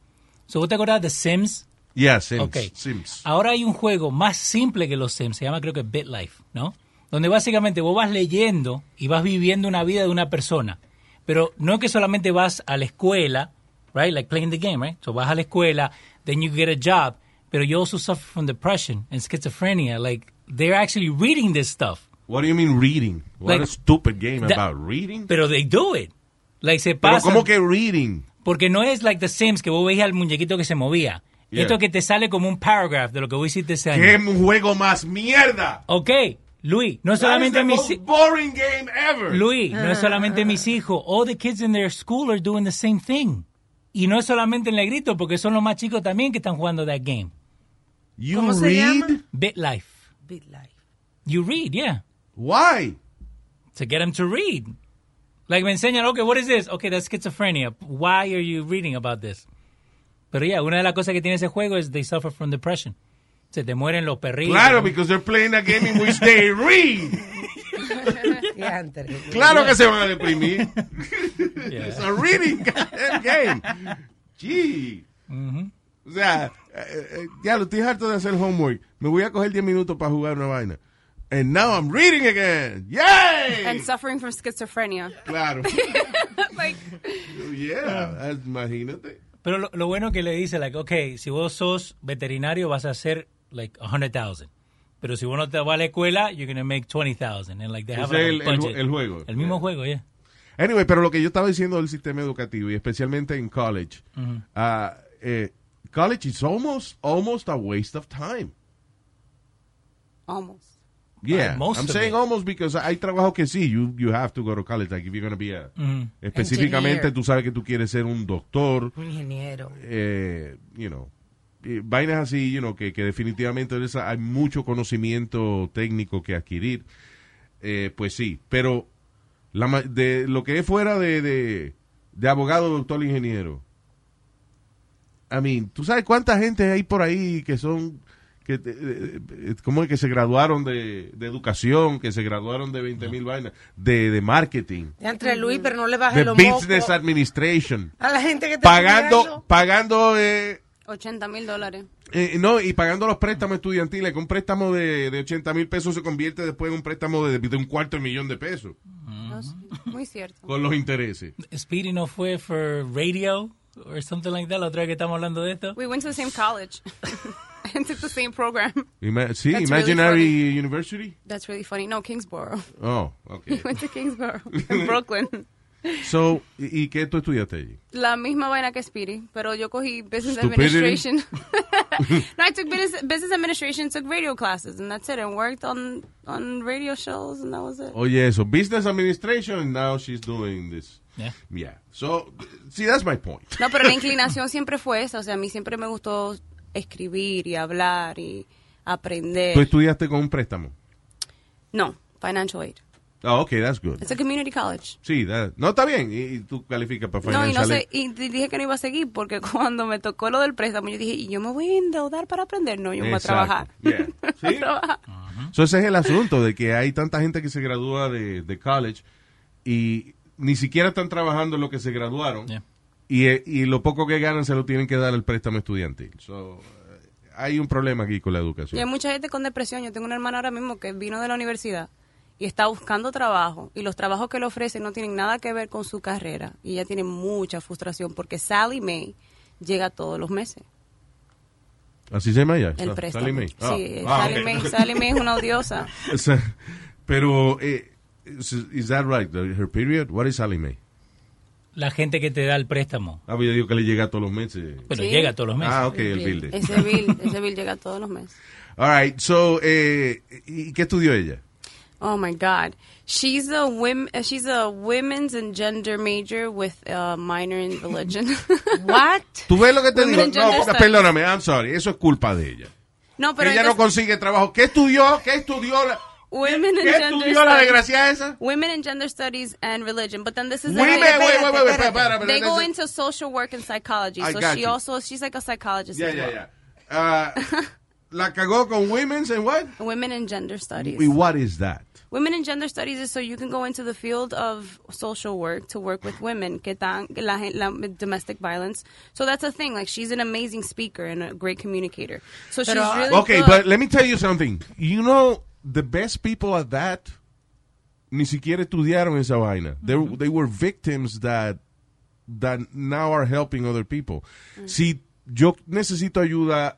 Speaker 9: So, ¿Vos te acordás de Sims?
Speaker 5: Yeah, Sims.
Speaker 9: Ok.
Speaker 5: Sims.
Speaker 9: Ahora hay un juego más simple que los Sims, se llama creo que BitLife, ¿no? Donde básicamente vos vas leyendo y vas viviendo una vida de una persona. Pero no es que solamente vas a la escuela, right? Like playing the game, right? So vas a la escuela, then you get a job, pero you also suffer from depression and schizophrenia. Like they're actually reading this stuff.
Speaker 5: What do you mean reading? What
Speaker 9: Like-
Speaker 5: a stupid game
Speaker 9: That-
Speaker 5: about reading.
Speaker 9: Pero they do it. Like se
Speaker 5: Pero
Speaker 9: pasa.
Speaker 5: ¿cómo que reading?
Speaker 9: Porque no es like The Sims que vos veías al muñequito que se movía.
Speaker 5: Yeah.
Speaker 9: Esto que te sale como un paragraph de lo que vos hiciste ese año.
Speaker 5: ¡Qué juego más mierda!
Speaker 9: Ok, Luis, no
Speaker 5: That
Speaker 9: solamente
Speaker 5: is the
Speaker 9: mis
Speaker 5: most boring game ever.
Speaker 9: Luis, no
Speaker 5: Ah,
Speaker 9: es solamente mis hijos. All the kids in their school are doing the same thing. Y no es solamente el negrito, porque son los más chicos también que están jugando that game.
Speaker 5: You ¿Cómo se read? llama?
Speaker 9: BitLife.
Speaker 7: BitLife.
Speaker 9: You read, yeah.
Speaker 5: Why?
Speaker 9: To get them to read. Like me enseñan, okay, what is this? Okay, that's schizophrenia. Why are you reading about this? Pero yeah, una de las cosas que tiene ese juego es they suffer from depression. Se te mueren los perritos.
Speaker 5: Claro, because they're playing a game in which they read.
Speaker 7: Ya, Andrés.
Speaker 5: Claro que se van a deprimir.
Speaker 7: Yeah.
Speaker 5: It's a reading goddamn game. Gee. O sea, eh, eh, ya lo estoy harto de hacer homework. Me voy a coger 10 minutos para jugar una vaina. And now I'm reading again. Yay!
Speaker 10: And suffering from schizophrenia.
Speaker 5: Claro.
Speaker 10: like,
Speaker 5: yeah, imagínate.
Speaker 9: Pero lo, lo bueno que le dice, like, ok, si vos sos veterinario vas a hacer, like, 100,000. Pero si vos no te vas a la escuela, you're going to make 20,000. And, like, they have
Speaker 5: Ese
Speaker 9: like,
Speaker 5: es el-
Speaker 9: a
Speaker 5: el
Speaker 9: budget.
Speaker 5: ju- el juego.
Speaker 9: El mismo juego, yeah.
Speaker 5: Anyway, pero lo que yo estaba diciendo del sistema educativo y especialmente en college,
Speaker 9: Ujú.
Speaker 5: ah, eh, college is almost, almost a waste of time.
Speaker 10: almost.
Speaker 5: Yeah,
Speaker 10: Like most
Speaker 5: I'm
Speaker 10: of
Speaker 5: saying
Speaker 10: it.
Speaker 5: almost because hay trabajo que sí, you, you have to go to college, like if you're gonna be a,
Speaker 10: Mm.
Speaker 5: específicamente
Speaker 7: Engineer.
Speaker 5: tú sabes que tú quieres ser un doctor,
Speaker 7: Un ingeniero.
Speaker 5: eh, you know, eh, vainas así, you know, que, que definitivamente de esa hay mucho conocimiento técnico que adquirir, Eh, pues sí, pero la, ma- de lo que es fuera de, de, de abogado, doctor, ingeniero, I mean, ¿tú sabes cuánta gente hay por ahí que son, que, te- eh, eh, ¿cómo es que se graduaron de, de educación, que se graduaron de 20 mil vainas, de, de marketing,
Speaker 7: Ya, Entre Luis, pero no le
Speaker 5: de
Speaker 7: bajes los
Speaker 5: business
Speaker 7: mocos
Speaker 5: administration,
Speaker 10: Ah,
Speaker 7: a la gente que está estudiando.
Speaker 5: pagando, pagando, eh,
Speaker 10: 80 mil dólares.
Speaker 5: eh, no, y pagando los préstamos estudiantiles, que un préstamo de, de 80 mil pesos se convierte después en un préstamo de, de un cuarto de millón de pesos,
Speaker 10: No sé, Muy cierto.
Speaker 5: con los intereses.
Speaker 9: Speedy no fue for radio or something like that, la otra vez que estamos hablando de esto.
Speaker 10: We went to the same college and took the same program.
Speaker 5: Ima- sí,
Speaker 10: That's really
Speaker 5: Imaginary University.
Speaker 10: That's really funny. No, Kingsborough.
Speaker 5: Oh, ok.
Speaker 10: We went to Kingsborough in Brooklyn.
Speaker 5: So, ¿y, y qué tú estudiaste allí?
Speaker 10: La misma vaina que Speedy, pero yo cogí Business
Speaker 5: Stupidity.
Speaker 10: Administration. no, I took business, business Administration, took radio classes, and that's it. And worked on, on radio shows, and that was it.
Speaker 5: Oye, eso, business administration, and now she's doing this. Yeah. So, see, that's my point.
Speaker 10: No, pero la inclinación siempre fue esa. O sea, a mí siempre me gustó escribir y hablar y aprender.
Speaker 5: Pues Tú estudiaste con un préstamo.
Speaker 10: No, financial aid.
Speaker 5: Ah, ok, that's good.
Speaker 10: It's a community college.
Speaker 5: Sí, that- no, está bien. Y, y tú calificas para
Speaker 10: No, y
Speaker 5: financial
Speaker 10: no
Speaker 5: aid.
Speaker 10: sé, y di- dije que no iba a seguir porque cuando me tocó lo del préstamo, yo dije, ¿y yo me voy a endeudar para aprender? No, yo me voy a
Speaker 5: Exacto.
Speaker 10: trabajar.
Speaker 5: Yeah.
Speaker 10: A trabajar.
Speaker 5: So, ese es el asunto de que hay tanta gente que se gradúa de, de college y ni siquiera están trabajando en lo que se graduaron y, eh, y lo poco que ganan se lo tienen que dar al préstamo estudiantil. So, eh, hay un problema aquí con la
Speaker 10: Y hay
Speaker 5: educación.
Speaker 10: mucha gente con depresión. Yo tengo una hermana ahora mismo que vino de la universidad y está buscando trabajo y los trabajos que le ofrecen no tienen nada que ver con su carrera y ella tiene mucha frustración porque Sally May llega todos los meses.
Speaker 5: Así se llama ya.
Speaker 10: El préstamo.
Speaker 5: Sally Mae.
Speaker 10: Sí,
Speaker 5: Ah.
Speaker 10: eh,
Speaker 5: Ah,
Speaker 10: Sally,
Speaker 5: ok.
Speaker 10: Mae, Sally Mae es una odiosa.
Speaker 5: O sea, pero, eh, is is that right? Her period? What is Sally Mae?
Speaker 9: La gente que te da el préstamo.
Speaker 5: Ah, pues yo digo que le llega todos los meses.
Speaker 9: Pero Sí. llega todos los meses.
Speaker 5: Ah, ok, el bill. de-
Speaker 10: Ese bill, ese bill llega todos los meses.
Speaker 5: All right, so, eh, ¿y qué estudió ella?
Speaker 10: Oh my God, she's a women, she's a women's and gender major with a minor in religion. What?
Speaker 5: ¿Tú ves lo que te
Speaker 10: Women
Speaker 5: digo?
Speaker 10: and gender
Speaker 5: No,
Speaker 10: studies.
Speaker 5: perdóname, I'm sorry, eso es culpa de ella.
Speaker 10: No, pero
Speaker 5: ella no
Speaker 10: entonces-
Speaker 5: consigue trabajo. ¿Qué estudió? ¿Qué estudió? La...
Speaker 10: Women and
Speaker 5: ¿Qué
Speaker 10: gender
Speaker 5: estudió la
Speaker 10: studies.
Speaker 5: desgraciada esa?
Speaker 10: Women and gender studies and religion. But then this is
Speaker 5: Women, wait, wait, wait, wait, espera, espera,
Speaker 10: They
Speaker 5: espera.
Speaker 10: go into social work and psychology.
Speaker 5: I
Speaker 10: so
Speaker 5: got
Speaker 10: she
Speaker 5: you.
Speaker 10: also she's like a psychologist.
Speaker 5: Ya,
Speaker 10: as
Speaker 5: ya,
Speaker 10: well.
Speaker 5: ya. Ah, la cagó con women's and what?
Speaker 10: Women and gender studies.
Speaker 5: ¿Y what is that?
Speaker 10: Women and gender studies is so you can go into the field of social work to work with women que tan, la, gen- la, domestic violence. So that's a thing. Like she's an amazing speaker and a great communicator. So she's
Speaker 9: Pero, ah,
Speaker 10: really
Speaker 5: Okay,
Speaker 10: good.
Speaker 5: but let me tell you something. You know, the best people at that ni siquiera estudiaron esa vaina. They,
Speaker 10: Mm-hmm.
Speaker 5: they were victims that, that now are helping other people.
Speaker 6: Mm.
Speaker 5: Si yo necesito ayuda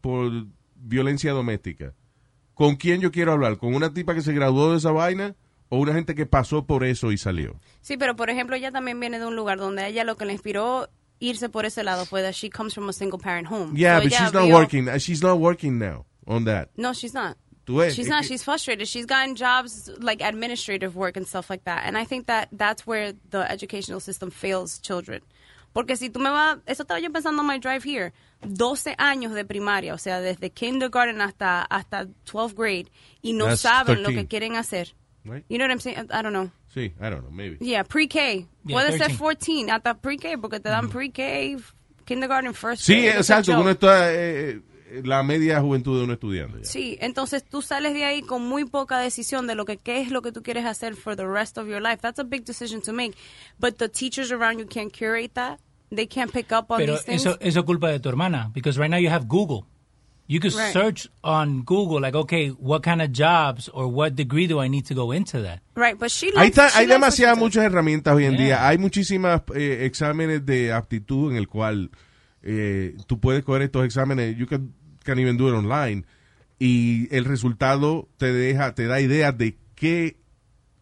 Speaker 5: por violencia doméstica, ¿con quién yo quiero hablar? ¿Con una tipa que se graduó de esa vaina o una gente que pasó por eso y salió?
Speaker 10: Sí, pero por ejemplo, ella también viene de un lugar donde a ella lo que le inspiró irse por ese lado fue that she comes from a single parent home.
Speaker 5: Yeah,
Speaker 10: Mm. So
Speaker 5: but
Speaker 10: ella
Speaker 5: she's not
Speaker 10: vio-
Speaker 5: working. uh, She's not working now on that.
Speaker 10: No, she's not.
Speaker 5: Tú ves,
Speaker 10: She's
Speaker 5: es
Speaker 10: not.
Speaker 5: que-
Speaker 10: She's frustrated. She's gotten jobs like administrative work and stuff like that. And I think that that's where the educational system fails children. Porque si tú me vas, eso estaba yo pensando en my drive here, 12 años de primaria, o sea, desde kindergarten hasta hasta 12th grade y no
Speaker 5: That's
Speaker 10: saben lo
Speaker 5: 13.
Speaker 10: que quieren hacer.
Speaker 5: Right?
Speaker 10: You know what I'm saying? I I don't know.
Speaker 5: Sí, I don't know, maybe.
Speaker 10: Yeah, pre-K.
Speaker 5: Yeah,
Speaker 10: Puede ser
Speaker 5: 13.
Speaker 10: 14, hasta pre-K, porque te dan pre-K, f- kindergarten, first
Speaker 5: Sí,
Speaker 10: grade, it's a
Speaker 5: exacto.
Speaker 10: joke.
Speaker 5: Uno está, eh, eh, la media juventud de uno estudiando. ya.
Speaker 10: Sí, entonces tú sales de ahí con muy poca decisión de lo que qué es lo que tú quieres hacer for the rest of your life. That's a big decision to make. But the teachers around you can't curate that. They can't pick up on
Speaker 9: Pero
Speaker 10: these things.
Speaker 9: eso, eso es culpa de tu hermana, because right now you have Google. You could
Speaker 10: Right.
Speaker 9: search on Google, like, okay, what kind of jobs or what degree do I need to go into that?
Speaker 10: right, but she
Speaker 5: Ahí
Speaker 10: likes,
Speaker 5: está,
Speaker 10: she
Speaker 5: hay
Speaker 10: likes what
Speaker 5: demasiadas
Speaker 10: she does.
Speaker 5: muchas herramientas hoy en día. Hay muchísimas eh, exámenes de aptitud en el cual eh, tú puedes coger estos exámenes. You can, can even do it online. Y el resultado te deja, te da ideas de qué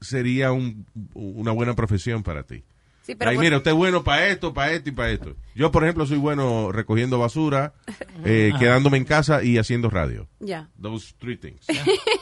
Speaker 5: sería un- una buena profesión para ti.
Speaker 10: Sí, pero
Speaker 5: Ay,
Speaker 10: por-
Speaker 5: mira, usted es bueno para esto, para esto y para esto. Yo, por ejemplo, soy bueno recogiendo basura, eh,
Speaker 10: Ajá.
Speaker 5: quedándome en casa y haciendo radio.
Speaker 10: Ya.
Speaker 5: Those three things.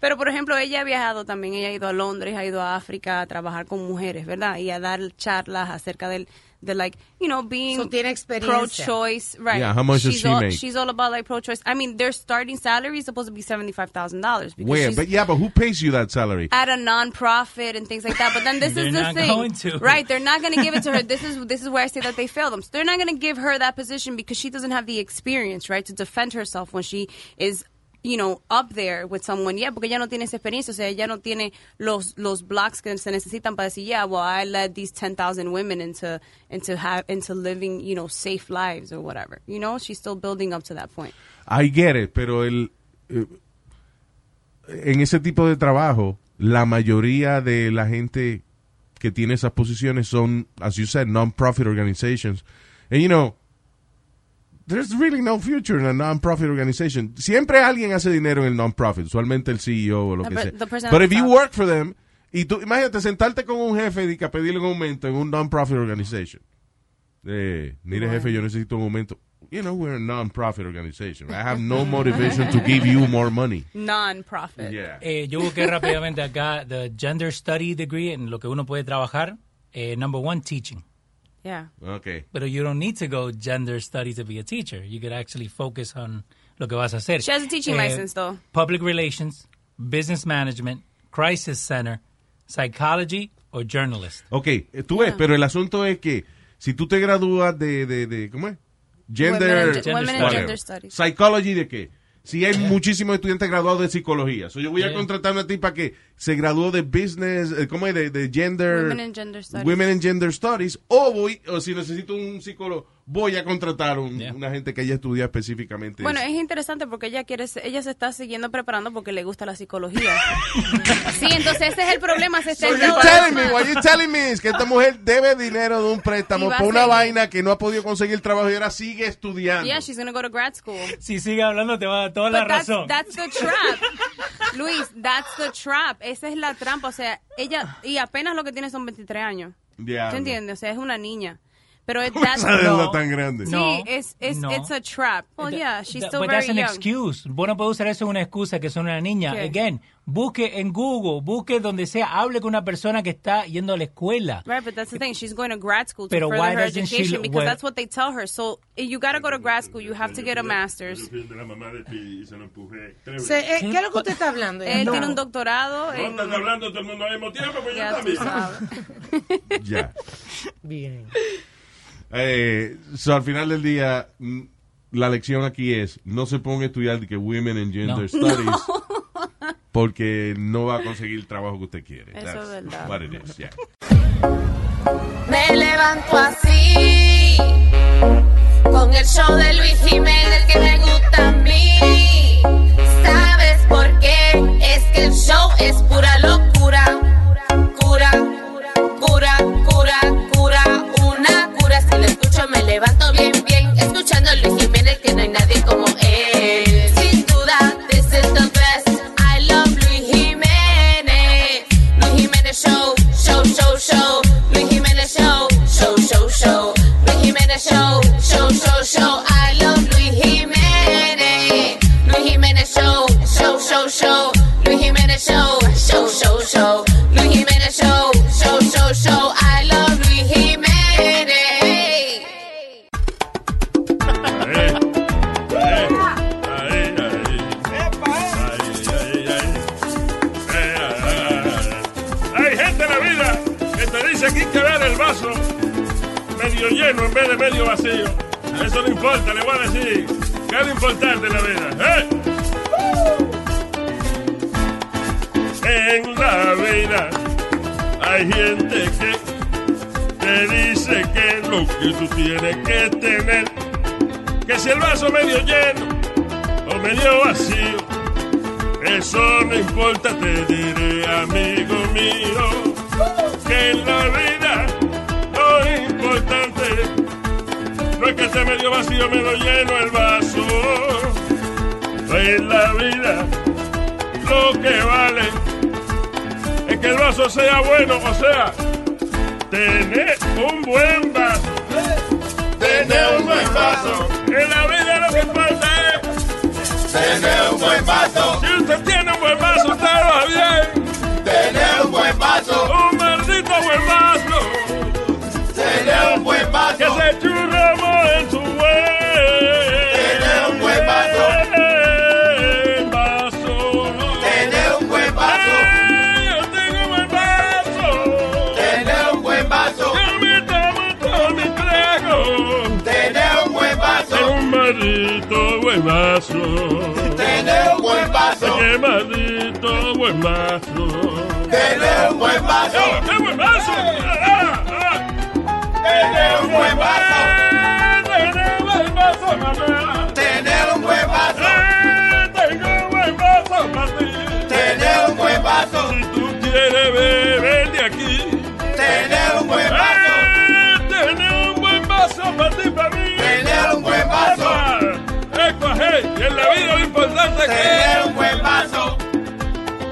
Speaker 10: Pero por ejemplo, ella ha viajado también, ella ha ido a Londres, ha ido a África a trabajar con mujeres, ¿verdad? Y a dar charlas acerca del de like, you know, being
Speaker 7: So tiene experiencia.
Speaker 10: pro-choice, right?
Speaker 5: Yeah, how much does
Speaker 10: she's
Speaker 5: she
Speaker 10: all,
Speaker 5: make?
Speaker 10: She's all about like pro-choice. I mean, their starting salary is supposed to be $75,000 because
Speaker 5: Where?
Speaker 10: she's
Speaker 5: But yeah, but who pays you that salary?
Speaker 10: at a non-profit and things like that. But then this
Speaker 5: They're
Speaker 10: is the
Speaker 5: not
Speaker 10: thing,
Speaker 5: going to.
Speaker 10: right? They're not going to give it to her. This is this is where I say that they failed them. So they're not going to give her that position because she doesn't have the experience, right, to defend herself when she is. You know, up there with someone, yeah, porque ella no tiene esa experiencia, o sea, ella no tiene los los blocks que se necesitan para decir, yeah, well, I led these ten thousand women into into have into living, you know, safe lives or whatever. You know, she's still building up to that point.
Speaker 5: I get it, pero el eh, en ese tipo de trabajo, la mayoría de la gente que tiene esas posiciones son, as you said, non-profit organizations. And you know, there's really no future in a non-profit organization. Siempre alguien hace dinero en el non-profit, usualmente el CEO o lo
Speaker 10: No,
Speaker 5: que
Speaker 10: but
Speaker 5: sea.
Speaker 10: the person
Speaker 5: But
Speaker 10: at
Speaker 5: if
Speaker 10: the
Speaker 5: you
Speaker 10: top.
Speaker 5: work for them, y tú, imagínate sentarte con un jefe y que a pedirle un aumento en un non-profit organization. Eh, mire jefe, yo necesito un aumento. You know, we're a non-profit organization. I have no motivation to give you more money.
Speaker 10: Non-profit.
Speaker 9: Eh, yo busqué rápidamente acá the gender study degree en lo que uno puede trabajar. Eh, number one, teaching.
Speaker 10: Yeah.
Speaker 5: Okay.
Speaker 9: Pero you don't need to go gender study to be a teacher. You could actually focus on lo que vas a hacer. Eh,
Speaker 10: She has a teaching license, though.
Speaker 9: Public relations, business management, crisis center, psychology or journalist.
Speaker 5: Ok, eh, tú
Speaker 10: Ah.
Speaker 5: ves, pero el asunto es que si tú te gradúas de, de, de ¿cómo es? Gender,
Speaker 9: Women and gen- Women and
Speaker 5: whatever.
Speaker 9: gender studies.
Speaker 5: Psychology de qué? Si hay muchísimos estudiantes graduados de psicología. So, yo voy a
Speaker 11: Sí.
Speaker 5: contratar una tipa que se graduó de business, eh, ¿cómo es? De, de gender.
Speaker 10: Women and Gender Studies.
Speaker 5: Women and Gender Studies. O voy, o si necesito un psicólogo, voy a contratar un, una gente que haya estudiado específicamente.
Speaker 10: Bueno,
Speaker 5: eso.
Speaker 10: es interesante porque ella quiere, se- ella se está siguiendo preparando porque le gusta la psicología. sí, entonces ese es el problema, se está
Speaker 5: So you're telling me, what you're telling me is que esta mujer debe dinero de un préstamo
Speaker 10: Y va a
Speaker 5: por una
Speaker 10: seguir.
Speaker 5: vaina que no ha podido conseguir trabajo y ahora sigue estudiando.
Speaker 10: Yeah, she's gonna go to grad school.
Speaker 9: Si sigue hablando, te va a dar toda la
Speaker 10: But Pues, that's,
Speaker 9: razón.
Speaker 10: that's the trap. Luis, that's the trap. Esa es la trampa. O sea, ella, y apenas lo que tiene son 23 años.
Speaker 5: Diablo.
Speaker 10: ¿Tú entiendes? O sea, es una niña. Pero es
Speaker 5: Ah, Esa deuda tan grande.
Speaker 10: Sí,
Speaker 9: No,
Speaker 10: es, es,
Speaker 9: no.
Speaker 10: it's a trap. Well, yeah, she's
Speaker 9: That-
Speaker 10: still
Speaker 9: but
Speaker 10: very
Speaker 9: that's an
Speaker 10: young.
Speaker 9: excuse. Vos no podés usar eso como una excusa que son una niña.
Speaker 10: ¿Qué?
Speaker 9: Again, busque en Google, busque donde sea, hable con una persona que está yendo a la escuela.
Speaker 10: Right, but that's the thing. She's going to grad school to
Speaker 9: Pero
Speaker 10: further
Speaker 9: why
Speaker 10: her
Speaker 9: doesn't she
Speaker 10: education
Speaker 9: lo-
Speaker 10: because
Speaker 9: where-
Speaker 10: that's what they tell her. So eh, you got to go to grad school. You have to get a master's.
Speaker 1: Fui el de la mamá de Pi y se lo empujé. Tres
Speaker 7: Se- eh,
Speaker 1: veces.
Speaker 7: ¿Qué es lo que Eh, usted está hablando?
Speaker 10: Él Eh, tiene un doctorado. eh,
Speaker 1: No,
Speaker 10: en-
Speaker 1: estás hablando todo el mundo al mismo tiempo, pues
Speaker 10: Ya
Speaker 1: yo
Speaker 10: tú
Speaker 1: también.
Speaker 10: sabes.
Speaker 5: Ya.
Speaker 7: Bien.
Speaker 5: Eh, so, al final del día, mm, la lección aquí es, no se ponga a estudiar de que Women and Gender
Speaker 9: No.
Speaker 5: Studies porque no va a conseguir el trabajo que usted quiere.
Speaker 20: Eso
Speaker 5: That's
Speaker 20: es verdad.
Speaker 5: what it is, yeah.
Speaker 20: Me levanto así, con el show de Luis Jiménez que me gusta a mí. ¿Sabes por qué? Es que el show es pura locura. Cura, cura, cura, cura, una cura. Si lo escucho me levanto bien, bien. Escuchando a Luis Jiménez que no hay nadie como él. Sin duda, this is the best. I love Luis Jiménez. Luis Jiménez Show, show, show, show. Luis Jiménez Show, show, show, show. Luis Jiménez Show, show, show, show. I love Luis Jiménez. Luis Jiménez Show, show, show, show. Luis Jiménez Show, show, show, show. Luis Jiménez Show, show, show, show. I love Luis Jiménez.
Speaker 1: Hay gente en la vida que te dice que hay que ver el vaso medio lleno en vez de medio vacío. Eso no importa, le voy a decir. ¿Qué es lo importante en la vida? ¿Eh? En la vida hay gente que te dice que lo que tú tienes que tener, que si el vaso medio lleno o medio vacío, eso no importa, te diré amigo mío, que en la vida lo importante no es que esté medio vacío o medio lleno el vaso, en la vida lo que vale es que el vaso sea bueno, o sea, tener un buen vaso. Tener un buen vaso. En la vida lo que importa es tener un buen vaso. Si usted tiene un buen vaso, usted lo hace bien. Tener un buen vaso. Un maldito buen vaso. Tener un buen vaso. Que se churremos en su buen. Tener un buen vaso. vaso. Tener un buen vaso. Yo tengo un buen vaso. Tener un buen vaso. Yo me tomo todo mi trago. Tener un buen vaso. un maldito buen vaso. Tener un buen vaso. Qué maldito buen vaso. Tener un buen vaso. ¡Qué buen vaso! ¡Ah, ah! Tener un buen vaso. Tener un buen vaso, mamá. Tener un buen vaso. Tengo un buen vaso para ti. Tener un buen vaso. Si tú quieres beber de aquí. Tener un buen vaso. Tener un buen vaso para ti, para mí. Tener un buen vaso. Y en la vida lo importante es que tener un buen vaso.